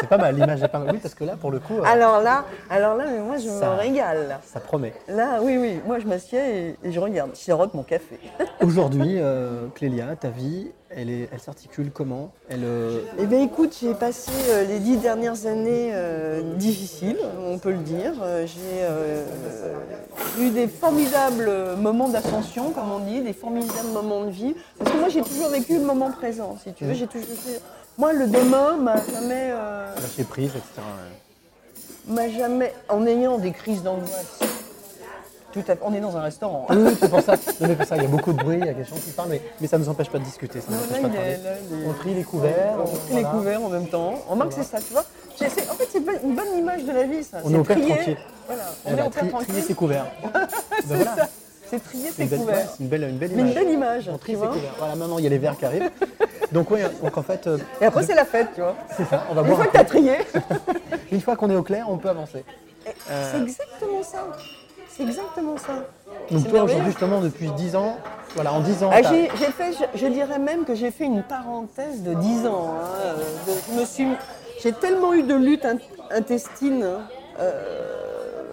Speaker 2: C'est pas mal, l'image est pas mal. Oui, parce que là, pour le coup, euh,
Speaker 3: alors là, alors là, mais moi, je
Speaker 2: Ça-
Speaker 3: me régale. Là.
Speaker 2: ça promet.
Speaker 3: Là, oui, oui, moi, je m'assieds et, et je regarde. Je sirote mon café.
Speaker 2: Aujourd'hui, euh, Clélia, ta vie, elle, est, elle s'articule comment elle, euh,
Speaker 3: Eh bien, écoute, j'ai passé euh, les dix dernières années euh, difficiles, on peut le dire. Euh, J'ai euh, eu des formidables moments d'ascension, comme on dit, des formidables moments de vie. Parce que moi, j'ai toujours vécu le moment présent, si tu veux. J'ai toujours fait- Moi, le demain m'a jamais, euh,
Speaker 2: lâcher prise, etc. ouais.
Speaker 3: m'a jamais, en ayant des crises d'angoisse Tout à fait. On est dans un restaurant. hein.
Speaker 2: Oui, oui, c'est pour ça. Non, mais pour ça, il y a beaucoup de bruit, il y a des gens qui parlent, mais, mais ça ne nous empêche pas de discuter. Ça ne nous
Speaker 3: Non, là,
Speaker 2: empêche pas de
Speaker 3: il est-
Speaker 2: parler.
Speaker 3: là, il est-
Speaker 2: On trie les couverts.
Speaker 3: On trie les
Speaker 2: voilà.
Speaker 3: couverts en même temps. On marque, c'est ça, tu vois. J'ai- c'est- En fait, c'est une bonne image de la vie, ça.
Speaker 2: On
Speaker 3: C'est
Speaker 2: est au père
Speaker 3: trier-
Speaker 2: tranquille.
Speaker 3: Voilà. On
Speaker 2: Eh
Speaker 3: est
Speaker 2: ben,
Speaker 3: au père
Speaker 2: tri-
Speaker 3: tranquille.
Speaker 2: trier ses couverts. Ben
Speaker 3: C'est
Speaker 2: voilà.
Speaker 3: ça. C'est trier
Speaker 2: C'est une
Speaker 3: ses
Speaker 2: belle,
Speaker 3: couverts.
Speaker 2: c'est une belle, une belle
Speaker 3: Mais une
Speaker 2: image.
Speaker 3: belle image,
Speaker 2: On
Speaker 3: tu
Speaker 2: trie ses
Speaker 3: vois.
Speaker 2: couverts. Voilà, maintenant, il y a les verres qui arrivent. Donc, ouais, donc en fait, euh,
Speaker 3: Et après, c'est la fête, tu vois.
Speaker 2: c'est ça. On va
Speaker 3: Une
Speaker 2: boire.
Speaker 3: fois
Speaker 2: un
Speaker 3: que t'as
Speaker 2: coup.
Speaker 3: trié,
Speaker 2: Une fois qu'on est au clair, on peut avancer.
Speaker 3: c'est exactement ça. C'est exactement ça.
Speaker 2: Donc
Speaker 3: C'est
Speaker 2: toi, aujourd'hui,
Speaker 3: merveilleux.
Speaker 2: justement, depuis 10 ans, voilà, en 10 ans,
Speaker 3: Ah,
Speaker 2: t'as-
Speaker 3: j'ai j'ai fait, je, je dirais même que j'ai fait une parenthèse de 10 ans. hein, euh, de- je me suis, j'ai tellement eu de lutte in- intestine, hein, euh,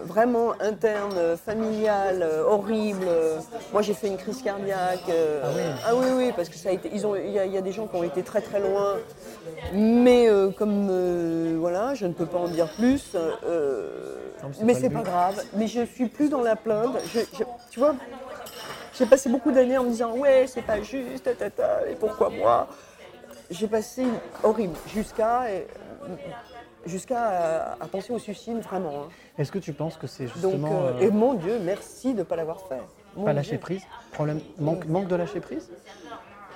Speaker 3: vraiment interne, euh, familiale, euh, horrible. euh. Moi, j'ai fait une crise cardiaque. euh,
Speaker 2: Ah oui.
Speaker 3: oui, oui, parce que ça a été, ils ont, il y, a- il y a des gens qui ont été très très loin. Mais euh, comme euh, voilà, je ne peux pas en dire plus. euh,
Speaker 2: Non, mais c'est
Speaker 3: mais
Speaker 2: pas le
Speaker 3: c'est
Speaker 2: but.
Speaker 3: pas grave. Mais je suis plus dans la plainte. Je- je- tu vois, j'ai passé beaucoup d'années en me disant ouais c'est pas juste, ta, ta, ta, et pourquoi moi J'ai passé une- horrible jusqu'à euh, jusqu'à euh, à penser au suicide vraiment. hein.
Speaker 2: est-ce que tu penses que c'est
Speaker 3: Donc
Speaker 2: justement
Speaker 3: euh,
Speaker 2: euh,
Speaker 3: et mon Dieu merci de ne pas l'avoir fait. Mon
Speaker 2: pas lâcher
Speaker 3: Dieu.
Speaker 2: prise problème, manque, manque de lâcher prise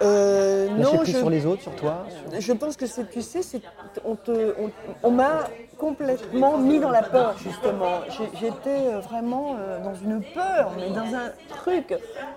Speaker 3: Euh,
Speaker 2: Lâcher
Speaker 3: non
Speaker 2: prise
Speaker 3: je,
Speaker 2: sur les autres, sur toi sur-
Speaker 3: je pense que c'est tu sais c'est on te on, on m'a complètement mis dans la peur justement. J'ai- J'étais euh, vraiment euh, dans une peur mais dans un truc.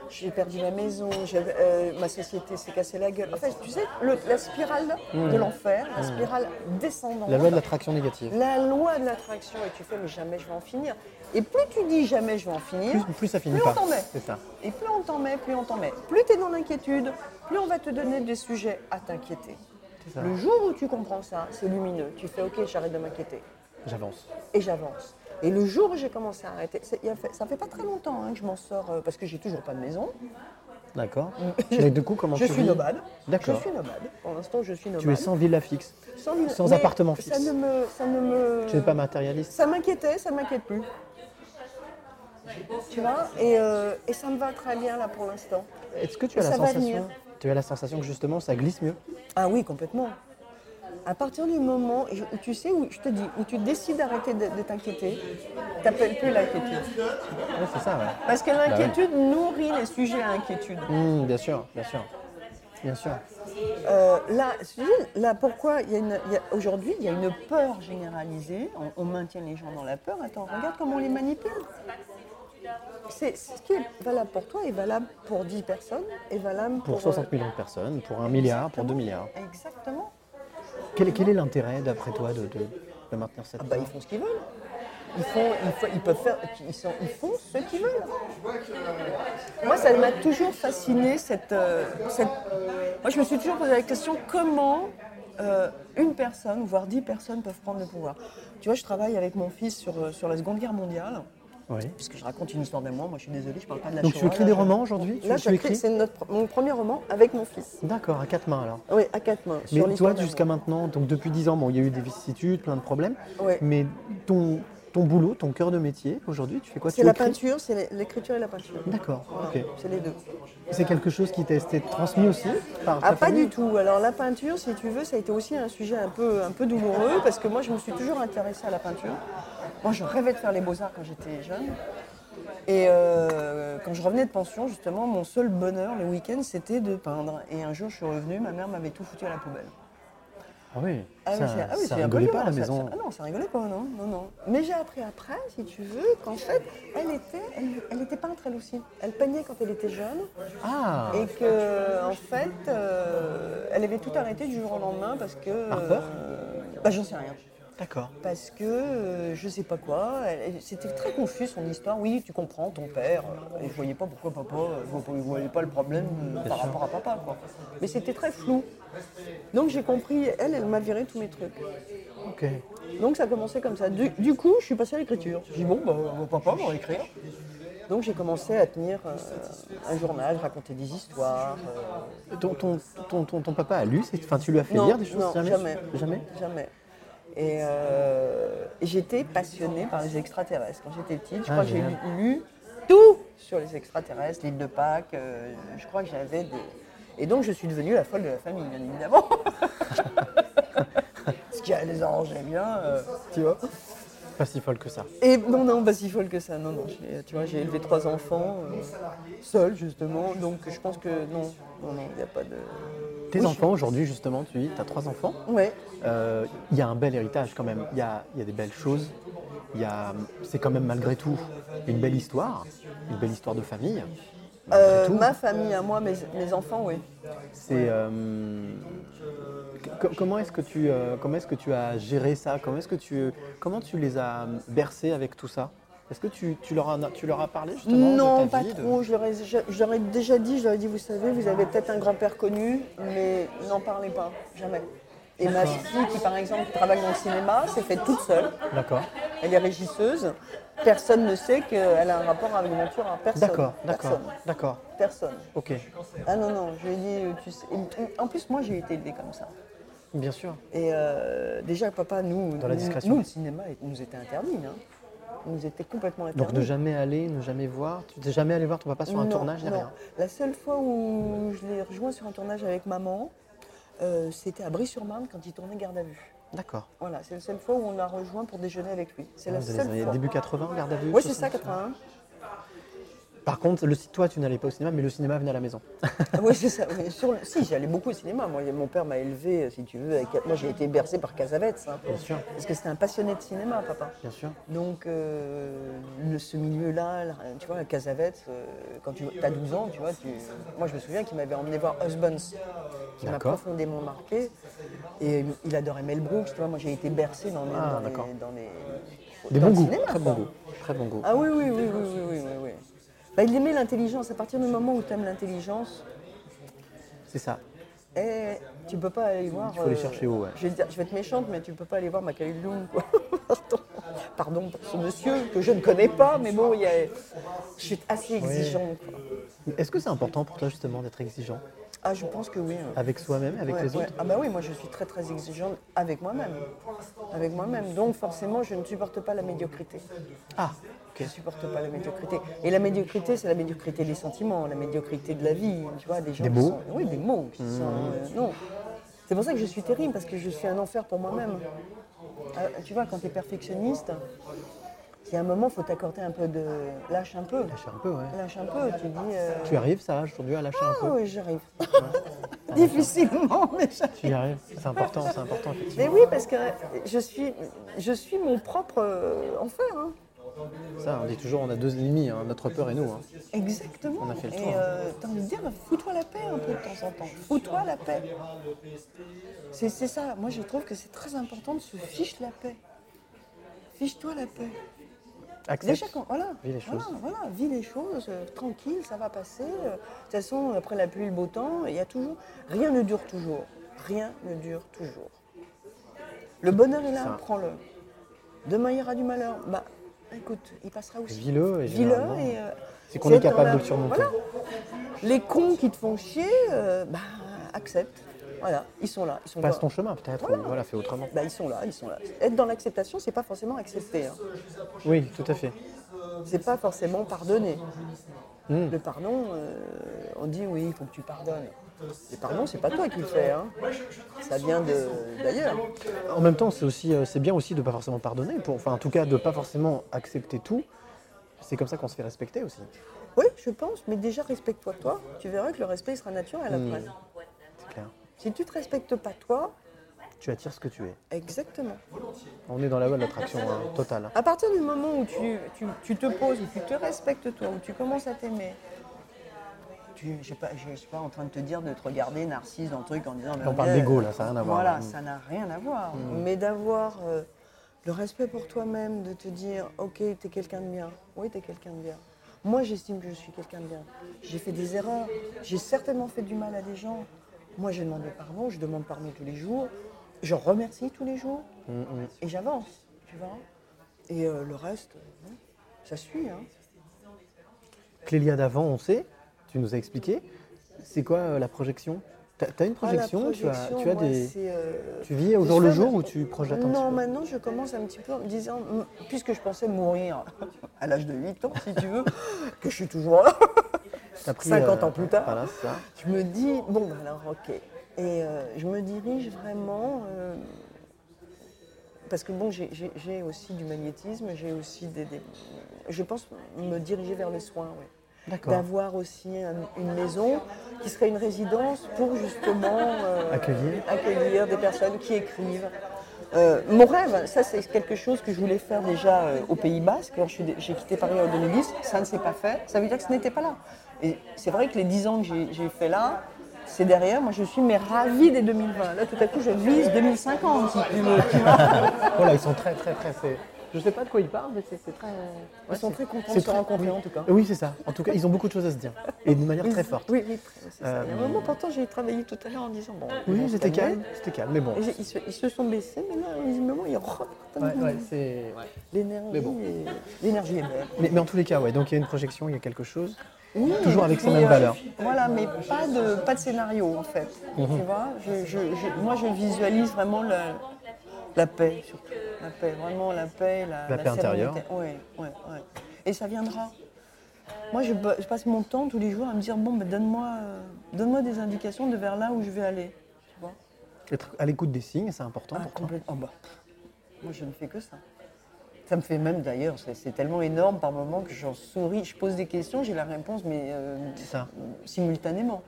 Speaker 3: J'ai perdu ma maison, j'avais- euh, ma société s'est cassée la gueule. En fait, tu sais, le- la spirale de
Speaker 2: Mmh.
Speaker 3: l'enfer, la spirale descendante.
Speaker 2: La loi de l'attraction négative.
Speaker 3: La loi de l'attraction, et tu fais, mais jamais je vais en finir. Et plus tu dis jamais je vais en
Speaker 2: Plus,
Speaker 3: finir,
Speaker 2: plus ça finit
Speaker 3: plus
Speaker 2: pas.
Speaker 3: on t'en met.
Speaker 2: C'est ça.
Speaker 3: et plus on t'en met, plus on t'en met. Plus tu es dans l'inquiétude, plus on va te donner des sujets à t'inquiéter.
Speaker 2: C'est ça.
Speaker 3: Le jour où tu comprends ça, c'est lumineux. Tu fais, ok, j'arrête de m'inquiéter
Speaker 2: J'avance.
Speaker 3: et j'avance. Et le jour où j'ai commencé à arrêter, c'est- il y a fait- ça fait pas très longtemps hein, que je m'en sors, euh, parce que j'ai toujours pas de maison.
Speaker 2: D'accord. Mais du coup, comment
Speaker 3: Mm. Je
Speaker 2: tu
Speaker 3: suis
Speaker 2: vis
Speaker 3: nomade. Je
Speaker 2: D'accord.
Speaker 3: suis nomade. Pour l'instant, je suis nomade.
Speaker 2: Tu es sans villa fixe.
Speaker 3: lune-
Speaker 2: sans
Speaker 3: mais
Speaker 2: appartement
Speaker 3: Ça
Speaker 2: fixe.
Speaker 3: ne me, ça ne me.
Speaker 2: Tu n'es pas matérialiste.
Speaker 3: Ça m'inquiétait, ça m'inquiète plus. Tu vois et, euh, et ça me va très bien là pour l'instant.
Speaker 2: Est-ce que tu as
Speaker 3: Ça
Speaker 2: la
Speaker 3: va
Speaker 2: sensation
Speaker 3: venir.
Speaker 2: Tu as la sensation que justement ça glisse mieux
Speaker 3: Ah oui, complètement. À partir du moment je- où tu sais où je te dis où tu décides d'arrêter de, de t'inquiéter, t'appelles plus l'inquiétude.
Speaker 2: Ouais, C'est ça, ouais.
Speaker 3: Parce que l'inquiétude nourrit les sujets à inquiétude.
Speaker 2: Hum, bien sûr, bien sûr. Bien sûr.
Speaker 3: Euh, là, tu sais, là, pourquoi il y a une- il y a- aujourd'hui il y a une peur généralisée. On, on maintient les gens dans la peur. Attends, regarde comment on les manipule. C'est c'est ce qui est valable pour toi est valable pour 10 personnes et valable pour,
Speaker 2: Pour 60 millions de personnes, pour un milliard, pour 2 milliards.
Speaker 3: euh, Exactement.
Speaker 2: Quel, quel est l'intérêt, d'après toi, de, de- de maintenir cette
Speaker 3: Ah bah, ils font ce qu'ils veulent. Ils font, ils, font- ils peuvent faire, ils, sont- ils font ce qu'ils veulent. Moi, ça m'a toujours fasciné cette, euh, cette- Moi, je me suis toujours posé la question comment euh, une personne, voire dix personnes, peuvent prendre le pouvoir. Tu vois, je travaille avec mon fils sur, euh, sur la Seconde Guerre mondiale,
Speaker 2: Oui.
Speaker 3: puisque je raconte une histoire d'amour. Moi, je suis désolée, je parle pas de la
Speaker 2: Donc tu
Speaker 3: Shoah,
Speaker 2: écris
Speaker 3: là,
Speaker 2: des
Speaker 3: je-
Speaker 2: romans aujourd'hui Tu-
Speaker 3: Là,
Speaker 2: tu
Speaker 3: j'écris-
Speaker 2: écris
Speaker 3: c'est notre- mon premier roman avec mon fils.
Speaker 2: D'accord, à quatre mains alors.
Speaker 3: Oui, à quatre mains. sur
Speaker 2: Mais
Speaker 3: l'histoire
Speaker 2: toi, jusqu'à
Speaker 3: d'amour.
Speaker 2: maintenant, donc depuis 10 ans, bon, il y a eu des vicissitudes, plein de problèmes,
Speaker 3: Ouais.
Speaker 2: mais ton, ton boulot, ton cœur de métier, aujourd'hui, tu fais quoi
Speaker 3: C'est
Speaker 2: Tu
Speaker 3: la
Speaker 2: écris
Speaker 3: peinture, c'est l'écriture et la peinture.
Speaker 2: D'accord,
Speaker 3: Voilà,
Speaker 2: ok.
Speaker 3: C'est les deux.
Speaker 2: C'est quelque chose qui t'a été transmis aussi par
Speaker 3: Ah,
Speaker 2: ta
Speaker 3: pas
Speaker 2: famille
Speaker 3: du tout. Alors, la peinture, si tu veux, ça a été aussi un sujet un peu, un peu douloureux parce que moi, je me suis toujours intéressée à la peinture. Moi, je rêvais de faire les beaux-arts quand j'étais jeune. Et euh, quand je revenais de pension, justement, mon seul bonheur le week-end, c'était de peindre. Et un jour, je suis revenue, ma mère m'avait tout foutu à la poubelle.
Speaker 2: Ah oui,
Speaker 3: Ah oui,
Speaker 2: ça,
Speaker 3: c'est- ah oui,
Speaker 2: ça
Speaker 3: c'est
Speaker 2: rigolait
Speaker 3: un peu
Speaker 2: pas à la
Speaker 3: violent, ça,
Speaker 2: maison.
Speaker 3: ça- ah non, ça rigolait pas, non, non, non. Mais j'ai appris après, si tu veux, qu'en fait, elle était, elle, elle était peintre elle aussi. Elle peignait quand elle était jeune
Speaker 2: Ah,
Speaker 3: et que en fait, euh, elle avait tout arrêté du jour au lendemain parce que.
Speaker 2: Par peur
Speaker 3: euh, bah, j'en sais rien.
Speaker 2: d'accord.
Speaker 3: Parce que euh, je sais pas quoi. elle- elle- C'était très confus son histoire. Oui, tu comprends, ton père. euh, et je voyais pas pourquoi papa. euh, Je voyais- je voyais pas le problème euh, par rapport à papa, quoi. Mais c'était très flou. Donc j'ai compris. Elle, elle m'a viré tous mes trucs.
Speaker 2: Ok.
Speaker 3: Donc ça commençait comme ça. Du, du coup, je suis passée à l'écriture. J'ai dit, bon, bah, mon papa va écrire. Donc j'ai commencé à tenir euh, un journal, raconter des histoires. euh,
Speaker 2: Ton, ton, ton, ton, ton papa a lu, c'est- enfin, tu lui as fait
Speaker 3: Non,
Speaker 2: lire des choses
Speaker 3: non, jamais.
Speaker 2: Jamais
Speaker 3: jamais. Et euh, j'étais passionnée par les extraterrestres. Quand j'étais petite, je
Speaker 2: Ah,
Speaker 3: crois que j'ai
Speaker 2: génial.
Speaker 3: lu, lu tout sur les extraterrestres, l'île de Pâques. euh, je crois que j'avais des. Et donc je suis devenue la folle de la famille, bien évidemment. Ce qui les arrangeait bien. euh,
Speaker 2: Tu vois pas si folle que ça.
Speaker 3: Et non, non, pas si folle que ça. Non, non. j'ai- Tu vois, j'ai élevé trois enfants, euh, seul justement. Donc je pense que non, non, non, il n'y a pas de.
Speaker 2: Tes
Speaker 3: Oui, je-
Speaker 2: enfants, aujourd'hui, justement, tu as trois enfants.
Speaker 3: Ouais.
Speaker 2: Euh, Il y a un bel héritage quand même. Il y a, il y a des belles choses. Il y a, c'est quand même malgré tout une belle histoire, une belle histoire de famille. Malgré
Speaker 3: Euh,
Speaker 2: tout,
Speaker 3: ma famille à moi, mes, mes enfants, oui.
Speaker 2: c'est euh, co- comment est-ce que tu euh, comment est-ce que tu as géré ça Comment est-ce que tu comment tu les as bercés avec tout ça Est-ce que tu, tu leur as tu leur as parlé justement
Speaker 3: Non,
Speaker 2: de ta
Speaker 3: pas
Speaker 2: vie de-
Speaker 3: trop. Je leur, ai, je- je leur ai déjà dit, je leur ai dit, vous savez, vous avez peut-être un grand-père connu, mais n'en parlez pas, jamais. Et ma fille, qui par exemple travaille dans le cinéma, s'est faite toute seule.
Speaker 2: D'accord.
Speaker 3: Elle est régisseuse. Personne ne sait qu'elle a un rapport avec Ventura. Personne.
Speaker 2: D'accord, d'accord,
Speaker 3: Personne.
Speaker 2: d'accord.
Speaker 3: Personne.
Speaker 2: Ok,
Speaker 3: Ah non, non, je lui ai dit, euh, tu sais. En plus, moi, j'ai été élevée comme ça.
Speaker 2: bien sûr.
Speaker 3: Et euh, déjà, papa, nous,
Speaker 2: Dans la
Speaker 3: nous-
Speaker 2: discrétion.
Speaker 3: nous, le cinéma il nous était interdit. hein. Il nous était complètement interdit.
Speaker 2: Donc ne jamais aller, ne jamais voir. Tu t'es jamais allé voir ton papa sur un
Speaker 3: Mmh. Non,
Speaker 2: tournage ni
Speaker 3: non.
Speaker 2: rien.
Speaker 3: La seule fois où je l'ai rejoint sur un tournage avec maman, euh, c'était à Brie-sur-Marne quand il tournait Garde à vue.
Speaker 2: D'accord.
Speaker 3: Voilà, c'est la seule fois où on l'a rejoint pour déjeuner avec lui. C'est la
Speaker 2: Ah, Vous
Speaker 3: seule
Speaker 2: allez-
Speaker 3: fois.
Speaker 2: Début 80, garde à vue.
Speaker 3: Oui, c'est ça,
Speaker 2: 60.
Speaker 3: 81.
Speaker 2: Par contre, le toi, tu n'allais pas au cinéma, mais le cinéma venait à la maison.
Speaker 3: Oui, Ah, c'est ça. Mais sur le- Si, j'allais beaucoup au cinéma. Moi, mon père m'a élevé, euh, si tu veux. avec- Moi, j'ai été bercée par Casavettes. hein.
Speaker 2: Bien sûr,
Speaker 3: Parce que c'était un passionné de cinéma, papa.
Speaker 2: bien sûr.
Speaker 3: Donc, euh, le- ce milieu-là, la- tu vois, la Casavette, euh, quand tu as 12 ans, tu vois, tu- moi je me souviens qu'il m'avait emmené voir Husbands, qui m'a
Speaker 2: D'accord.
Speaker 3: profondément marqué. Et il adorait Mel Brooks, tu vois, moi j'ai été bercé dans les.
Speaker 2: Ah,
Speaker 3: dans les,
Speaker 2: d'accord.
Speaker 3: dans les-
Speaker 2: Des
Speaker 3: dans
Speaker 2: bons
Speaker 3: le
Speaker 2: goûts.
Speaker 3: cinéma,
Speaker 2: Très
Speaker 3: quoi.
Speaker 2: bon goût. Très bon goût.
Speaker 3: Ah oui, oui, oui, oui, oui, oui, oui, oui. Bah, il aimait l'intelligence. À partir du moment où tu aimes l'intelligence,
Speaker 2: C'est ça.
Speaker 3: eh, tu peux pas aller voir. euh,
Speaker 2: Il faut les chercher haut, ouais.
Speaker 3: Je vais, dire- je vais être méchante, mais tu peux pas aller voir Macaulay Culkin, quoi. Pardon. Pardon pour ce monsieur que je ne connais pas, mais bon, il y a- je suis assez exigeante. quoi.
Speaker 2: Est-ce que c'est important pour toi justement d'être exigeant
Speaker 3: Ah, je pense que oui. hein.
Speaker 2: avec soi-même, avec
Speaker 3: Ouais,
Speaker 2: les
Speaker 3: ouais.
Speaker 2: autres
Speaker 3: Ah bah oui, moi je suis très très exigeante avec moi-même. Avec moi-même. Donc forcément, je ne supporte pas la médiocrité.
Speaker 2: Ah,
Speaker 3: Je ne supporte pas la médiocrité. Et la médiocrité, c'est la médiocrité des sentiments, la médiocrité de la vie. Tu vois, des gens
Speaker 2: Des
Speaker 3: qui
Speaker 2: mots. Mmh.
Speaker 3: sont- Oui, des mots. qui sont, euh, non. C'est pour ça que je suis terrible, parce que je suis un enfer pour moi-même. Ah, tu vois, quand tu es perfectionniste, il y a un moment, il faut t'accorder un peu de. Lâche un peu.
Speaker 2: lâche Ah, un peu, ouais.
Speaker 3: Lâche un peu. Tu dis. euh,
Speaker 2: Tu arrives, ça, aujourd'hui, à lâcher un
Speaker 3: Ah
Speaker 2: peu.
Speaker 3: oui, j'arrive. Difficilement, mais j'arrive.
Speaker 2: Tu y arrives. C'est important, c'est important,
Speaker 3: Mais
Speaker 2: effectivement.
Speaker 3: oui, parce que je suis, je suis mon propre euh, enfer. hein.
Speaker 2: Ça, on dit toujours, on a deux ennemis, hein, notre peur et nous. hein.
Speaker 3: Exactement.
Speaker 2: On a fait le
Speaker 3: Et
Speaker 2: tour.
Speaker 3: euh, t'as envie de dire, bah, fous-toi la paix un peu de temps en temps. Fous-toi la paix. C'est c'est ça. Moi, je trouve que c'est très important de se fiche la paix. Fiche-toi la paix.
Speaker 2: Accepte.
Speaker 3: Déjà, quand, voilà,
Speaker 2: Vis les
Speaker 3: voilà,
Speaker 2: choses.
Speaker 3: voilà, vis les choses, euh, tranquille, ça va passer. euh, De toute façon, après la pluie, le beau temps, il y a toujours. Rien ne dure toujours. Rien ne dure toujours. Le bonheur est là,
Speaker 2: Ça.
Speaker 3: prends-le. Demain, il y aura du malheur. Bah, écoute, il passera aussi.
Speaker 2: Vis-le et
Speaker 3: Vis-le
Speaker 2: généralement,
Speaker 3: et. euh,
Speaker 2: C'est qu'on est
Speaker 3: dans
Speaker 2: capable
Speaker 3: la-
Speaker 2: de le surmonter.
Speaker 3: voilà. Les cons qui te font chier, euh, bah, accepte. Voilà, ils sont là. Ils sont
Speaker 2: Passe
Speaker 3: pas-
Speaker 2: ton chemin, peut-être, ou voilà, fais autrement.
Speaker 3: Bah, ils sont là, ils sont là. Être dans l'acceptation, c'est pas forcément accepter. hein.
Speaker 2: Oui, tout à fait.
Speaker 3: C'est pas forcément pardonner.
Speaker 2: Hmm.
Speaker 3: Le pardon, euh, on dit oui, il faut que tu pardonnes. Le pardon, c'est pas toi qui le fais. hein. Ça vient de- d'ailleurs.
Speaker 2: En même temps, c'est aussi, euh, c'est bien aussi de pas forcément pardonner, pour, enfin, en tout cas, de pas forcément accepter tout. C'est comme ça qu'on se fait respecter aussi.
Speaker 3: Oui, je pense, mais déjà respecte-toi toi. Tu verras que le respect il sera naturel après.
Speaker 2: C'est clair.
Speaker 3: Si tu te respectes pas toi,
Speaker 2: Tu attires ce que tu es.
Speaker 3: exactement.
Speaker 2: On est dans la loi de l'attraction hein, totale.
Speaker 3: À partir du moment où tu, tu- tu te poses, où tu te respectes toi, où tu commences à t'aimer, tu- je ne suis pas en train de te dire de te regarder narcisse dans le truc en disant... mais
Speaker 2: On parle
Speaker 3: regarde,
Speaker 2: d'ego, là, ça n'a rien à voir, Mm.
Speaker 3: Voilà,
Speaker 2: là.
Speaker 3: ça n'a rien à voir. Mais d'avoir euh, le respect pour toi-même, de te dire, ok, tu es quelqu'un de bien. Oui, tu es quelqu'un de bien. Moi, j'estime que je suis quelqu'un de bien. J'ai fait des erreurs, j'ai certainement fait du mal à des gens. Moi, j'ai demandé pardon, je demande pardon tous les jours, je remercie tous les jours
Speaker 2: Mm,
Speaker 3: et j'avance, tu vois. Et euh, le reste, euh, non, ça suit. Hein.
Speaker 2: Clélia d'avant, on sait, tu nous as expliqué. C'est quoi euh, la projection T'as as une
Speaker 3: Ah, la
Speaker 2: projection, tu as, tu as
Speaker 3: projection, moi,
Speaker 2: des.
Speaker 3: c'est, euh,
Speaker 2: Tu vis au
Speaker 3: je
Speaker 2: jour le
Speaker 3: fais-
Speaker 2: jour ou tu projettes un
Speaker 3: Non,
Speaker 2: petit peu
Speaker 3: maintenant je commence un petit peu en me disant, mm, puisque je pensais mourir à l'âge de 8 ans, si tu veux, que je suis toujours là,
Speaker 2: T'as pris,
Speaker 3: 50
Speaker 2: euh,
Speaker 3: ans plus tard.
Speaker 2: Voilà, c'est ça.
Speaker 3: je me dis, bon, ben bah, alors ok. Et euh, je me dirige vraiment euh, parce que bon, j'ai- j'ai j'ai aussi du magnétisme, j'ai aussi des, des- Je pense me diriger vers les soins, ouais.
Speaker 2: D'accord.
Speaker 3: D'avoir aussi un- une maison qui serait une résidence pour justement euh,
Speaker 2: Accueillir.
Speaker 3: accueillir des personnes qui écrivent. Euh, mon rêve, ça c'est quelque chose que je voulais faire déjà euh, au Pays Basque. Alors, je suis dé- J'ai quitté Paris en 2010, ça ne s'est pas fait, ça veut dire que ce n'était pas là. Et c'est vrai que les 10 ans que j'ai- j'ai fait là, c'est derrière, moi je suis mais ravie des 2020. Là tout à coup je vise 2050 si tu veux, tu vois.
Speaker 2: Voilà, Oh ils sont très, très, très. c'est- Je sais pas de quoi ils parlent, mais c'est c'est très.
Speaker 3: Ils sont
Speaker 2: Ouais,
Speaker 3: très contents
Speaker 2: c'est
Speaker 3: de se
Speaker 2: très-
Speaker 3: rencontrer
Speaker 2: oui.
Speaker 3: en tout cas.
Speaker 2: Oui, c'est ça. En tout cas, ils ont beaucoup de choses à se dire. Et d'une manière très forte.
Speaker 3: Oui, oui, c'est ça. Il y a un
Speaker 2: Euh, Ah,
Speaker 3: moment, pourtant, j'ai travaillé tout à l'heure en disant bon. ils
Speaker 2: Oui,
Speaker 3: vont se
Speaker 2: c'était
Speaker 3: calmer.
Speaker 2: calme. C'était calme, mais bon.
Speaker 3: Et j'ai- Ils se, ils se sont baissés, mais là, visiblement, ils repartent.
Speaker 2: Ouais, ouais, c'est.
Speaker 3: L'énergie
Speaker 2: Mais bon.
Speaker 3: est- l'énergie est belle.
Speaker 2: Mais, mais en tous les cas, ouais, donc il y a une projection, il y a quelque chose.
Speaker 3: Oui,
Speaker 2: Toujours
Speaker 3: et
Speaker 2: avec ces
Speaker 3: puis,
Speaker 2: mêmes
Speaker 3: euh,
Speaker 2: valeurs. Mhm.
Speaker 3: Voilà, mais pas de, pas de scénario en fait. Tu vois, je- je- je- moi je visualise vraiment la, la paix, surtout. La paix, vraiment la paix. La,
Speaker 2: La paix intérieure.
Speaker 3: Oui, oui, oui. Et ça viendra. Moi je, bo- je passe mon temps tous les jours à me dire bon, ben, donne-moi euh, donne-moi des indications de vers là où je vais aller. Tu vois
Speaker 2: Être à l'écoute des signes, c'est important
Speaker 3: Ah,
Speaker 2: pour toi.
Speaker 3: complètement. Oh, bah, moi, je ne fais que ça. Ça me fait même d'ailleurs, c'est c'est tellement énorme par moment que j'en souris. Je pose des questions, j'ai la réponse, mais euh,
Speaker 2: C'est ça.
Speaker 3: simultanément.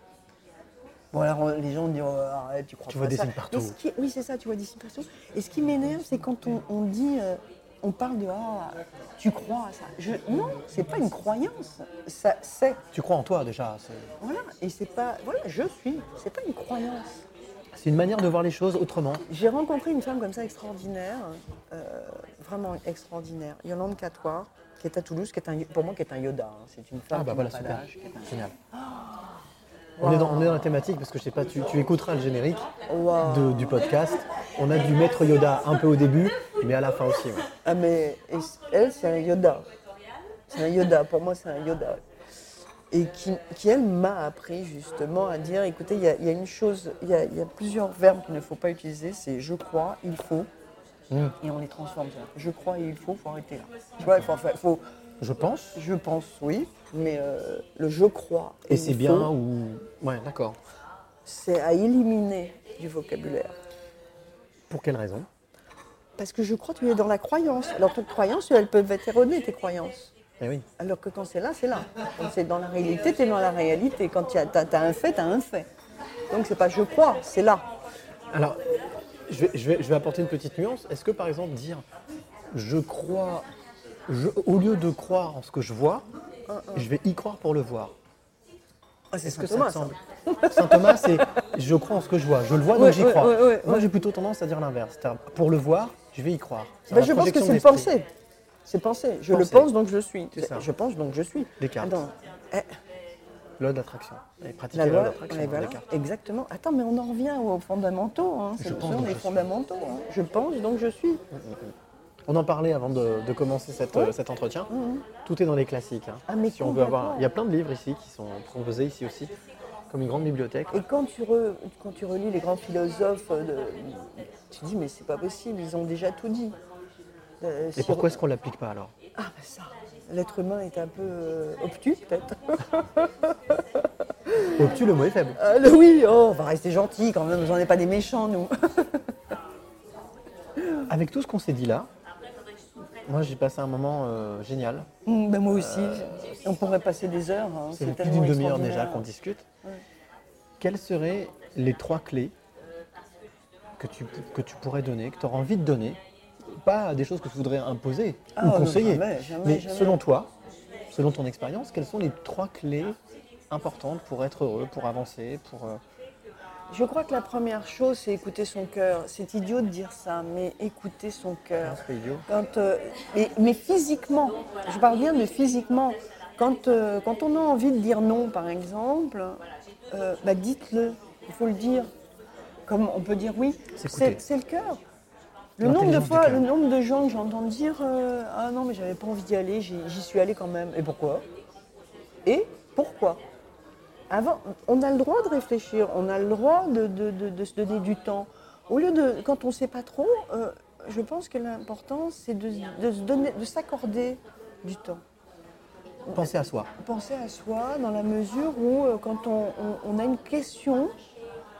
Speaker 3: Bon, alors euh, les gens disent oh, arrête, tu crois
Speaker 2: Tu
Speaker 3: pas
Speaker 2: vois
Speaker 3: à
Speaker 2: des
Speaker 3: ça.
Speaker 2: signes partout.
Speaker 3: Mais ce qui- oui, c'est ça, tu vois des signes partout. Et ce qui m'énerve, c'est quand on, on dit, euh, on parle de ah, tu crois à ça. Je, non, c'est pas une croyance. Ça, c'est
Speaker 2: Tu crois en toi déjà. c'est-
Speaker 3: voilà, et c'est pas voilà, je suis. C'est pas une croyance.
Speaker 2: C'est une manière de voir les choses autrement.
Speaker 3: J'ai rencontré une femme comme ça extraordinaire, euh, vraiment extraordinaire, Yolande Catoir, qui est à Toulouse, qui est un, pour moi qui est un Yoda. hein. C'est une femme
Speaker 2: Ah, bah
Speaker 3: qui
Speaker 2: voilà,
Speaker 3: n'a pas
Speaker 2: super.
Speaker 3: d'âge, qui est
Speaker 2: Génial. On est, dans, on est dans la thématique parce que je sais pas, tu, tu écouteras le générique
Speaker 3: un- Waouh.
Speaker 2: de- du podcast. On a du maître Yoda un peu au début, mais à la fin aussi. ouais.
Speaker 3: Ah mais et c- elle c'est un Yoda. C'est un Yoda, pour moi c'est un Yoda. Et qui, qui, elle m'a appris justement à dire, écoutez, il y, a- il y a une chose, il y a, il y a plusieurs verbes qu'il ne faut pas utiliser, c'est je crois, il faut,
Speaker 2: Mm.
Speaker 3: et on les transforme. ça. Je crois et il faut, faut arrêter là. Tu vois, il faut, faut-
Speaker 2: Je pense.
Speaker 3: Je pense oui, mais euh, le je crois.
Speaker 2: Et
Speaker 3: il
Speaker 2: c'est
Speaker 3: faut,
Speaker 2: bien ou. Ouais, d'accord.
Speaker 3: C'est à éliminer du vocabulaire.
Speaker 2: Pour quelle raison
Speaker 3: Parce que je crois que tu es dans la croyance. Alors, tes croyances, elles peuvent être erronées, tes croyances.
Speaker 2: Eh oui.
Speaker 3: Alors que quand c'est là, c'est là. Quand c'est dans la réalité, tu es dans la réalité. Quand tu as, un fait, tu as un fait. Donc, c'est pas je crois, c'est là.
Speaker 2: Alors, je vais, je vais- je vais apporter une petite nuance. Est-ce que par exemple dire je crois, je- au lieu de croire en ce que je vois, je vais y croire pour le voir
Speaker 3: c'est
Speaker 2: Est-ce
Speaker 3: Saint
Speaker 2: Ah, que
Speaker 3: Thomas,
Speaker 2: ça te semble Saint Thomas, c'est je crois en ce que je vois, je le vois donc
Speaker 3: Ouais,
Speaker 2: j'y
Speaker 3: ouais,
Speaker 2: crois.
Speaker 3: ouais, ouais,
Speaker 2: Moi
Speaker 3: ouais.
Speaker 2: j'ai plutôt tendance à dire l'inverse. C'est-à-dire, Pour le voir, je vais y croire. C'est
Speaker 3: Ben,
Speaker 2: la
Speaker 3: je pense que
Speaker 2: projection
Speaker 3: c'est
Speaker 2: de l'esprit.
Speaker 3: pensé. C'est pensé. Je
Speaker 2: Pensée.
Speaker 3: le pense, donc je suis.
Speaker 2: C'est ça.
Speaker 3: Je pense, donc je suis.
Speaker 2: Descartes.
Speaker 3: Attends. Eh,
Speaker 2: Loi de l'attraction. Allez,
Speaker 3: La
Speaker 2: pratiquez
Speaker 3: loi,
Speaker 2: loi de l'attraction.
Speaker 3: ouais,
Speaker 2: dans les
Speaker 3: voilà,
Speaker 2: cartes.
Speaker 3: exactement. Attends, mais on en revient aux fondamentaux. Hein.
Speaker 2: Je
Speaker 3: C'est
Speaker 2: pense
Speaker 3: sont
Speaker 2: donc
Speaker 3: les
Speaker 2: je suis.
Speaker 3: fondamentaux. hein. Je pense, donc je suis.
Speaker 2: On en parlait avant de, de commencer cette, euh, cet entretien.
Speaker 3: Mmh.
Speaker 2: Tout est dans les classiques. hein.
Speaker 3: Ah, mais
Speaker 2: si on veut avoir,
Speaker 3: complètement.
Speaker 2: il y a plein de livres ici qui sont proposés ici aussi, comme une grande bibliothèque.
Speaker 3: Et quand tu, re- quand tu relis les grands philosophes, euh, de- tu te dis, mais c'est pas possible, ils ont déjà tout dit. Euh,
Speaker 2: Et
Speaker 3: si-
Speaker 2: pourquoi est-ce qu'on l'applique pas alors
Speaker 3: Ah, ben ça, l'être humain est un peu euh, obtus, peut-être.
Speaker 2: Obtus, le mot est faible.
Speaker 3: Ah, le- oui, oh, on va rester gentil quand même, on n'est pas des méchants, nous.
Speaker 2: Avec tout ce qu'on s'est dit là, moi j'ai passé un moment euh, génial.
Speaker 3: Hum, ben moi aussi, on pourrait passer des heures. hein,
Speaker 2: Euh, C'est plus
Speaker 3: tellement
Speaker 2: d'une demi-heure déjà
Speaker 3: extraordinaire.
Speaker 2: qu'on discute. Quelles seraient les trois clés que tu, que tu pourrais donner, que tu auras envie de donner Pas des choses que tu voudrais imposer
Speaker 3: Ah,
Speaker 2: ou
Speaker 3: non,
Speaker 2: conseiller,
Speaker 3: jamais, jamais,
Speaker 2: mais
Speaker 3: jamais.
Speaker 2: selon toi, selon ton expérience, quelles sont les trois clés importantes pour être heureux, pour avancer, pour... euh,
Speaker 3: Je crois que la première chose, c'est écouter son cœur. C'est idiot de dire ça, mais écouter son cœur.
Speaker 2: c'est idiot.
Speaker 3: Quand, euh, mais, mais physiquement, je parle bien de physiquement. Quand, euh, quand on a envie de dire non, par exemple, euh, bah dites-le. Il faut le dire. Comme on peut dire oui,
Speaker 2: écouter.
Speaker 3: c'est c'est le cœur. Le nombre de
Speaker 2: L'intelligence du
Speaker 3: fois,
Speaker 2: cœur.
Speaker 3: le nombre de gens que j'entends dire euh, ah non mais j'avais pas envie d'y aller, j'y j'y suis allé quand même. Et pourquoi Et pourquoi avant, on a le droit de réfléchir, on a le droit de, de- de- de se donner du temps. Au lieu de, quand on ne sait pas trop, euh, je pense que l'important, c'est de, de se donner- de s'accorder du temps.
Speaker 2: Penser à soi.
Speaker 3: Penser à soi dans la mesure où, euh, quand on, on- on a une question,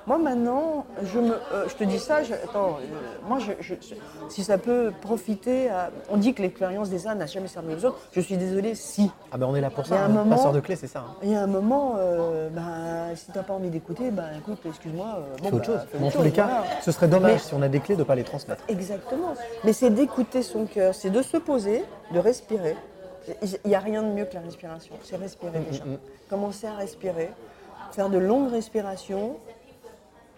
Speaker 3: Moi maintenant, je, me, euh, je te dis ça, je- attends, euh, moi je, je- je- si ça peut profiter à- On dit que l'expérience des uns n'a jamais servi aux autres, je suis désolée si.
Speaker 2: Ah ben on est là
Speaker 3: Il
Speaker 2: pour
Speaker 3: y
Speaker 2: ça,
Speaker 3: a un
Speaker 2: hein.
Speaker 3: moment-
Speaker 2: passeur de clé, c'est ça. hein.
Speaker 3: Il y a un moment, euh, ben, si t'as pas envie d'écouter, ben écoute, excuse-moi, euh, bon,
Speaker 2: Fais autre
Speaker 3: bah,
Speaker 2: chose.
Speaker 3: fais
Speaker 2: Dans
Speaker 3: autre
Speaker 2: tous les
Speaker 3: chose,
Speaker 2: cas,
Speaker 3: voilà.
Speaker 2: ce serait dommage
Speaker 3: Mais-
Speaker 2: si on a des clés de ne pas les transmettre.
Speaker 3: Exactement. Mais c'est d'écouter son cœur, c'est de se poser, de respirer. Il n'y a rien de mieux que la respiration. C'est respirer
Speaker 2: Mm,
Speaker 3: déjà. Commencer à respirer, faire de longues respirations.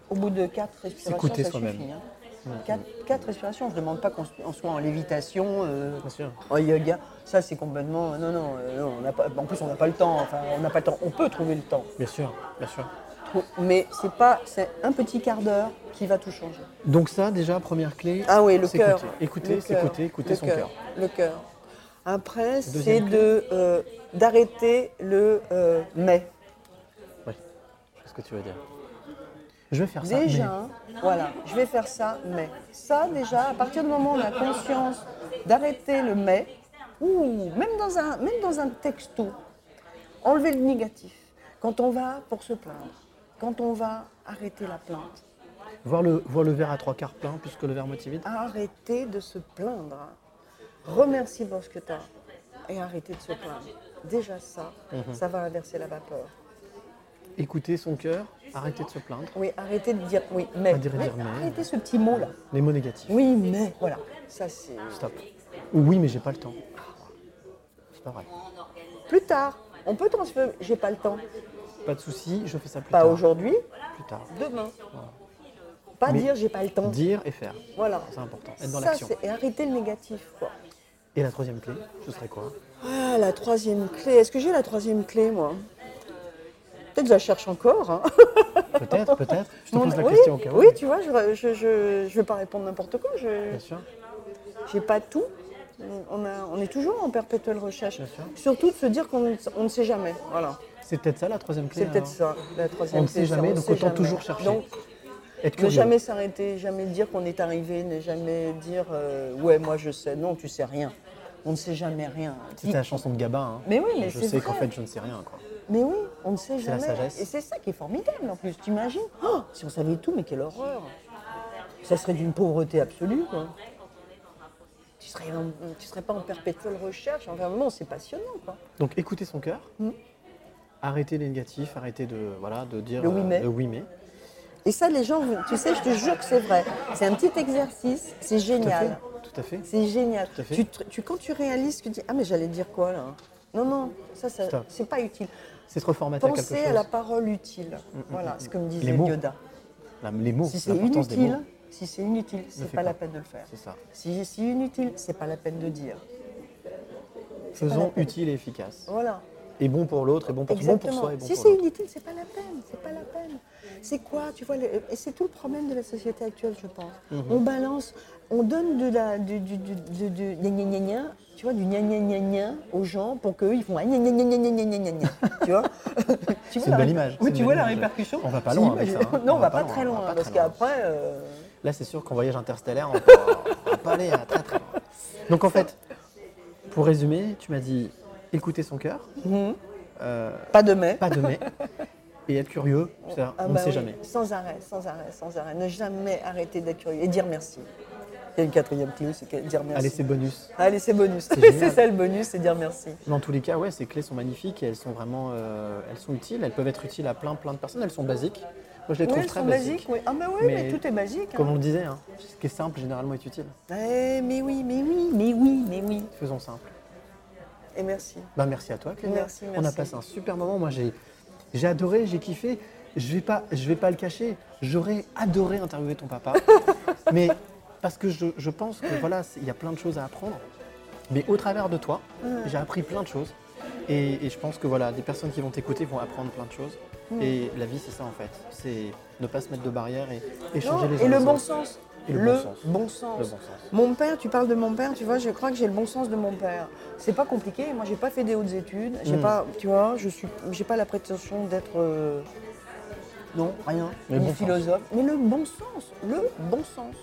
Speaker 3: Au bout de quatre respirations,
Speaker 2: S'écouter
Speaker 3: ça
Speaker 2: soi-même. Mm,
Speaker 3: suffit. hein. Quatre, quatre respirations, je ne demande pas qu'on s- on soit en lévitation, euh,
Speaker 2: Bien sûr.
Speaker 3: en yoga. Ça, c'est complètement. Non, non, euh, non, on n'a pas- en plus, on n'a pas le temps. Enfin, on n'a pas le temps. On peut trouver le temps.
Speaker 2: Bien sûr, bien sûr.
Speaker 3: Trou- Mais c'est pas. C'est un petit quart d'heure qui va tout changer.
Speaker 2: Donc ça, déjà, première clé.
Speaker 3: Ah oui, le
Speaker 2: c'est
Speaker 3: cœur.
Speaker 2: Écouter,
Speaker 3: Le
Speaker 2: Écouter,
Speaker 3: cœur.
Speaker 2: s'écouter, écouter
Speaker 3: Le
Speaker 2: son cœur.
Speaker 3: Le cœur. Après, c'est
Speaker 2: Deuxième
Speaker 3: de euh, d'arrêter le euh, mais.
Speaker 2: Je sais ce que tu veux dire. Je vais faire ça. mais-
Speaker 3: Déjà, voilà, je vais faire ça, mais. Ça, déjà, à partir du moment où on a conscience d'arrêter le mais, ou même dans un, même dans un texto, enlever le négatif. Quand on va pour se plaindre, quand on va arrêter la plainte,
Speaker 2: Voir, le, voir le verre à trois quarts plein plus que le verre moitié vide.
Speaker 3: Arrêtez de se plaindre. Remercie pour ce que tu as et arrêtez de se plaindre. Déjà ça,
Speaker 2: Mhm.
Speaker 3: ça va inverser la vapeur.
Speaker 2: Écouter son cœur, arrêter de se plaindre.
Speaker 3: Oui, arrêtez de dire oui, mais.
Speaker 2: Pas dire
Speaker 3: Ouais,
Speaker 2: dire mais.
Speaker 3: Arrêtez ce petit mot là.
Speaker 2: Les mots négatifs.
Speaker 3: Oui, mais. Voilà, ça c'est.
Speaker 2: Stop. Ou oui, mais j'ai pas le temps. C'est pas vrai.
Speaker 3: Plus tard, on peut transformer. J'ai pas le temps.
Speaker 2: Pas de souci, je fais ça plus
Speaker 3: Pas
Speaker 2: tard.
Speaker 3: aujourd'hui,
Speaker 2: Plus tard.
Speaker 3: demain. Pas
Speaker 2: Mais
Speaker 3: dire j'ai pas le temps.
Speaker 2: Dire et faire.
Speaker 3: Voilà.
Speaker 2: C'est important. Être dans
Speaker 3: Ça,
Speaker 2: l'action.
Speaker 3: c'est- Et arrêtez le négatif, quoi.
Speaker 2: Et la troisième clé, ce serait quoi
Speaker 3: Ah, la troisième clé. Est-ce que j'ai la troisième clé, moi Peut-être que je la cherche encore. hein.
Speaker 2: Peut-être, peut-être. Je te
Speaker 3: Mon-
Speaker 2: pose la
Speaker 3: oui,
Speaker 2: question au cas où.
Speaker 3: oui, tu vois, je ne je, je- je vais pas répondre n'importe quoi.
Speaker 2: Bien
Speaker 3: Je
Speaker 2: sûr.
Speaker 3: n'ai pas tout. On, a- on est toujours en perpétuelle recherche.
Speaker 2: Bien sûr.
Speaker 3: Surtout de se dire qu'on ne- on ne sait jamais. Voilà.
Speaker 2: C'est peut-être ça la troisième clé. hein.
Speaker 3: C'est peut-être
Speaker 2: alors.
Speaker 3: ça, la troisième
Speaker 2: On ne sait
Speaker 3: clé, ça,
Speaker 2: jamais,
Speaker 3: on
Speaker 2: donc
Speaker 3: sait
Speaker 2: autant toujours chercher.
Speaker 3: Donc,
Speaker 2: Être
Speaker 3: ne
Speaker 2: curieux.
Speaker 3: jamais s'arrêter, jamais dire qu'on est arrivé, ne jamais dire euh, ouais, moi je sais. Non, tu sais rien. On ne sait jamais rien.
Speaker 2: C'était la chanson de Gabin. hein.
Speaker 3: Mais oui, mais
Speaker 2: Je
Speaker 3: c'est
Speaker 2: sais qu'en
Speaker 3: vrai.
Speaker 2: fait, je ne sais rien. Quoi.
Speaker 3: Mais oui, on ne sait
Speaker 2: C'est la
Speaker 3: jamais.
Speaker 2: sagesse.
Speaker 3: Et c'est ça qui est formidable en plus, t'imagines Oh, Si on savait tout, mais quelle horreur Ça serait d'une pauvreté absolue, quoi. Tu serais, en- tu serais pas en perpétuelle recherche. Enfin, à un moment, c'est passionnant, quoi.
Speaker 2: Donc, écouter son cœur.
Speaker 3: Mm.
Speaker 2: Arrêter les négatifs, arrêter de, voilà, de dire
Speaker 3: Le oui,
Speaker 2: euh,
Speaker 3: mais.
Speaker 2: le oui mais.
Speaker 3: Et ça, les gens, vous- tu sais, je te jure que c'est vrai. C'est un petit exercice, c'est
Speaker 2: Tout à fait.
Speaker 3: génial.
Speaker 2: Tout à fait.
Speaker 3: C'est génial.
Speaker 2: Tout à fait.
Speaker 3: Tu, te- tu- quand tu réalises, tu te dis Ah, mais j'allais dire quoi, là Non, non, ça, ça
Speaker 2: Stop.
Speaker 3: c'est pas utile.
Speaker 2: C'est se reformater à quelque
Speaker 3: Pensez
Speaker 2: chose. Mm,
Speaker 3: à la parole utile. Voilà, c'est comme disait
Speaker 2: Les mots.
Speaker 3: Yoda.
Speaker 2: La- les mots,
Speaker 3: Si c'est
Speaker 2: l'importance des mots.
Speaker 3: inutile, si c'est inutile, c'est
Speaker 2: fais
Speaker 3: pas la
Speaker 2: pas.
Speaker 3: peine de le faire.
Speaker 2: C'est ça.
Speaker 3: Si c'est inutile, c'est pas la peine de dire.
Speaker 2: Faisons utile et efficace.
Speaker 3: Voilà.
Speaker 2: Et bon pour l'autre, et bon pour, bon pour soi, et bon
Speaker 3: si
Speaker 2: pour
Speaker 3: c'est
Speaker 2: l'autre.
Speaker 3: inutile, c'est pas la peine, c'est pas la peine. C'est quoi, tu vois, le- et c'est tout le problème de la société actuelle, je pense.
Speaker 2: Mhm.
Speaker 3: On balance, on donne de la, du, du, du, du- du gna gna gna gna, tu vois, du gna gna gna gna aux gens pour qu'eux, ils font un gna gna gna gna gna gna gna gna. tu vois Tu vois
Speaker 2: C'est une
Speaker 3: la
Speaker 2: belle
Speaker 3: ré-
Speaker 2: image.
Speaker 3: Oui,
Speaker 2: c'est
Speaker 3: tu
Speaker 2: une
Speaker 3: vois
Speaker 2: belle
Speaker 3: la
Speaker 2: image.
Speaker 3: répercussion
Speaker 2: On va pas
Speaker 3: Si,
Speaker 2: loin
Speaker 3: bah,
Speaker 2: avec ça. hein.
Speaker 3: Non, on va pas très
Speaker 2: on va
Speaker 3: loin,
Speaker 2: pas
Speaker 3: parce
Speaker 2: très loin.
Speaker 3: qu'après... euh,
Speaker 2: Là, c'est sûr qu'en voyage interstellaire, on va pas- on va pas aller à très très loin. Donc en fait, pour résumer, tu m'as dit écouter son cœur,
Speaker 3: mhm.
Speaker 2: euh,
Speaker 3: Pas de mais.
Speaker 2: pas de mais, et être curieux, c'est-à-dire,
Speaker 3: Ah
Speaker 2: on ne
Speaker 3: bah
Speaker 2: sait
Speaker 3: oui,
Speaker 2: jamais.
Speaker 3: Sans arrêt, sans arrêt, sans arrêt. Ne jamais arrêter d'être curieux et dire merci. Il y a une quatrième clé, c'est que- dire merci.
Speaker 2: Allez, c'est bonus.
Speaker 3: Allez, c'est bonus.
Speaker 2: C'est génial.
Speaker 3: C'est ça le bonus, c'est dire merci.
Speaker 2: Dans tous les cas, ouais, ces clés sont magnifiques et elles sont vraiment euh, elles sont utiles. Elles peuvent être utiles à plein plein de personnes. Elles sont basiques. Moi, je les
Speaker 3: Oui,
Speaker 2: trouve
Speaker 3: elles
Speaker 2: très
Speaker 3: sont
Speaker 2: basiques.
Speaker 3: basiques. oui. Ah bah oui,
Speaker 2: Mais
Speaker 3: mais, tout est basique. hein.
Speaker 2: Comme on le disait, hein, ce qui est simple généralement est utile.
Speaker 3: Eh, mais oui, mais oui, mais oui, mais oui.
Speaker 2: Faisons simple.
Speaker 3: Et merci.
Speaker 2: Ben, merci à toi, Clément.
Speaker 3: Merci,
Speaker 2: On a
Speaker 3: merci.
Speaker 2: passé un super moment. Moi, j'ai j'ai adoré, j'ai kiffé. Je vais pas, je vais pas le cacher. J'aurais adoré interviewer ton papa, mais parce que je, je pense que voilà, c'est- il y a plein de choses à apprendre. Mais au travers de toi, j'ai appris plein de choses. Et, et je pense que voilà, des personnes qui vont t'écouter vont apprendre plein de choses.
Speaker 3: Mm. Hmm.
Speaker 2: Et la vie, c'est ça en fait. C'est ne pas se mettre de barrières et échanger
Speaker 3: Non,
Speaker 2: les uns
Speaker 3: et le
Speaker 2: les
Speaker 3: bon
Speaker 2: autres.
Speaker 3: sens.
Speaker 2: Et le
Speaker 3: le,
Speaker 2: bon sens.
Speaker 3: bon sens.
Speaker 2: Le bon sens.
Speaker 3: Mon père, tu parles de mon père, tu vois, je crois que j'ai le bon sens de mon père. C'est pas compliqué. Moi, j'ai pas fait des hautes études. J'ai
Speaker 2: Mm.
Speaker 3: pas, tu vois, je suis, j'ai pas la prétention d'être euh, non rien,
Speaker 2: Le
Speaker 3: ni
Speaker 2: bon sens.
Speaker 3: philosophe. Mais le bon sens, le bon sens.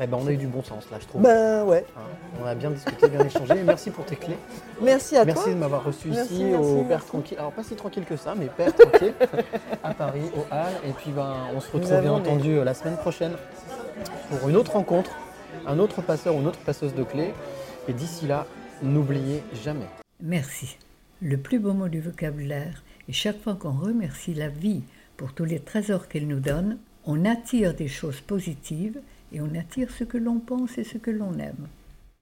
Speaker 2: Eh ben, on a eu du bon sens, là, je trouve.
Speaker 3: Ben ouais.
Speaker 2: Hein, on a bien discuté, bien échangé. Et Merci pour tes clés.
Speaker 3: Merci à
Speaker 2: Merci
Speaker 3: toi.
Speaker 2: de m'avoir reçu
Speaker 3: Merci,
Speaker 2: ici
Speaker 3: merci,
Speaker 2: au
Speaker 3: merci.
Speaker 2: Père Tranquille. Alors, pas si tranquille que ça, mais Père Tranquille à Paris, au Hall. Et puis, ben, on se retrouve bien
Speaker 3: avons des-
Speaker 2: entendu euh, la semaine prochaine pour une autre rencontre, un autre passeur ou une autre passeuse de clés. Et d'ici là, n'oubliez jamais.
Speaker 4: Merci. Le plus beau mot du vocabulaire, et chaque fois qu'on remercie la vie pour tous les trésors qu'elle nous donne, on attire des choses positives et on attire ce que l'on pense et ce que l'on aime.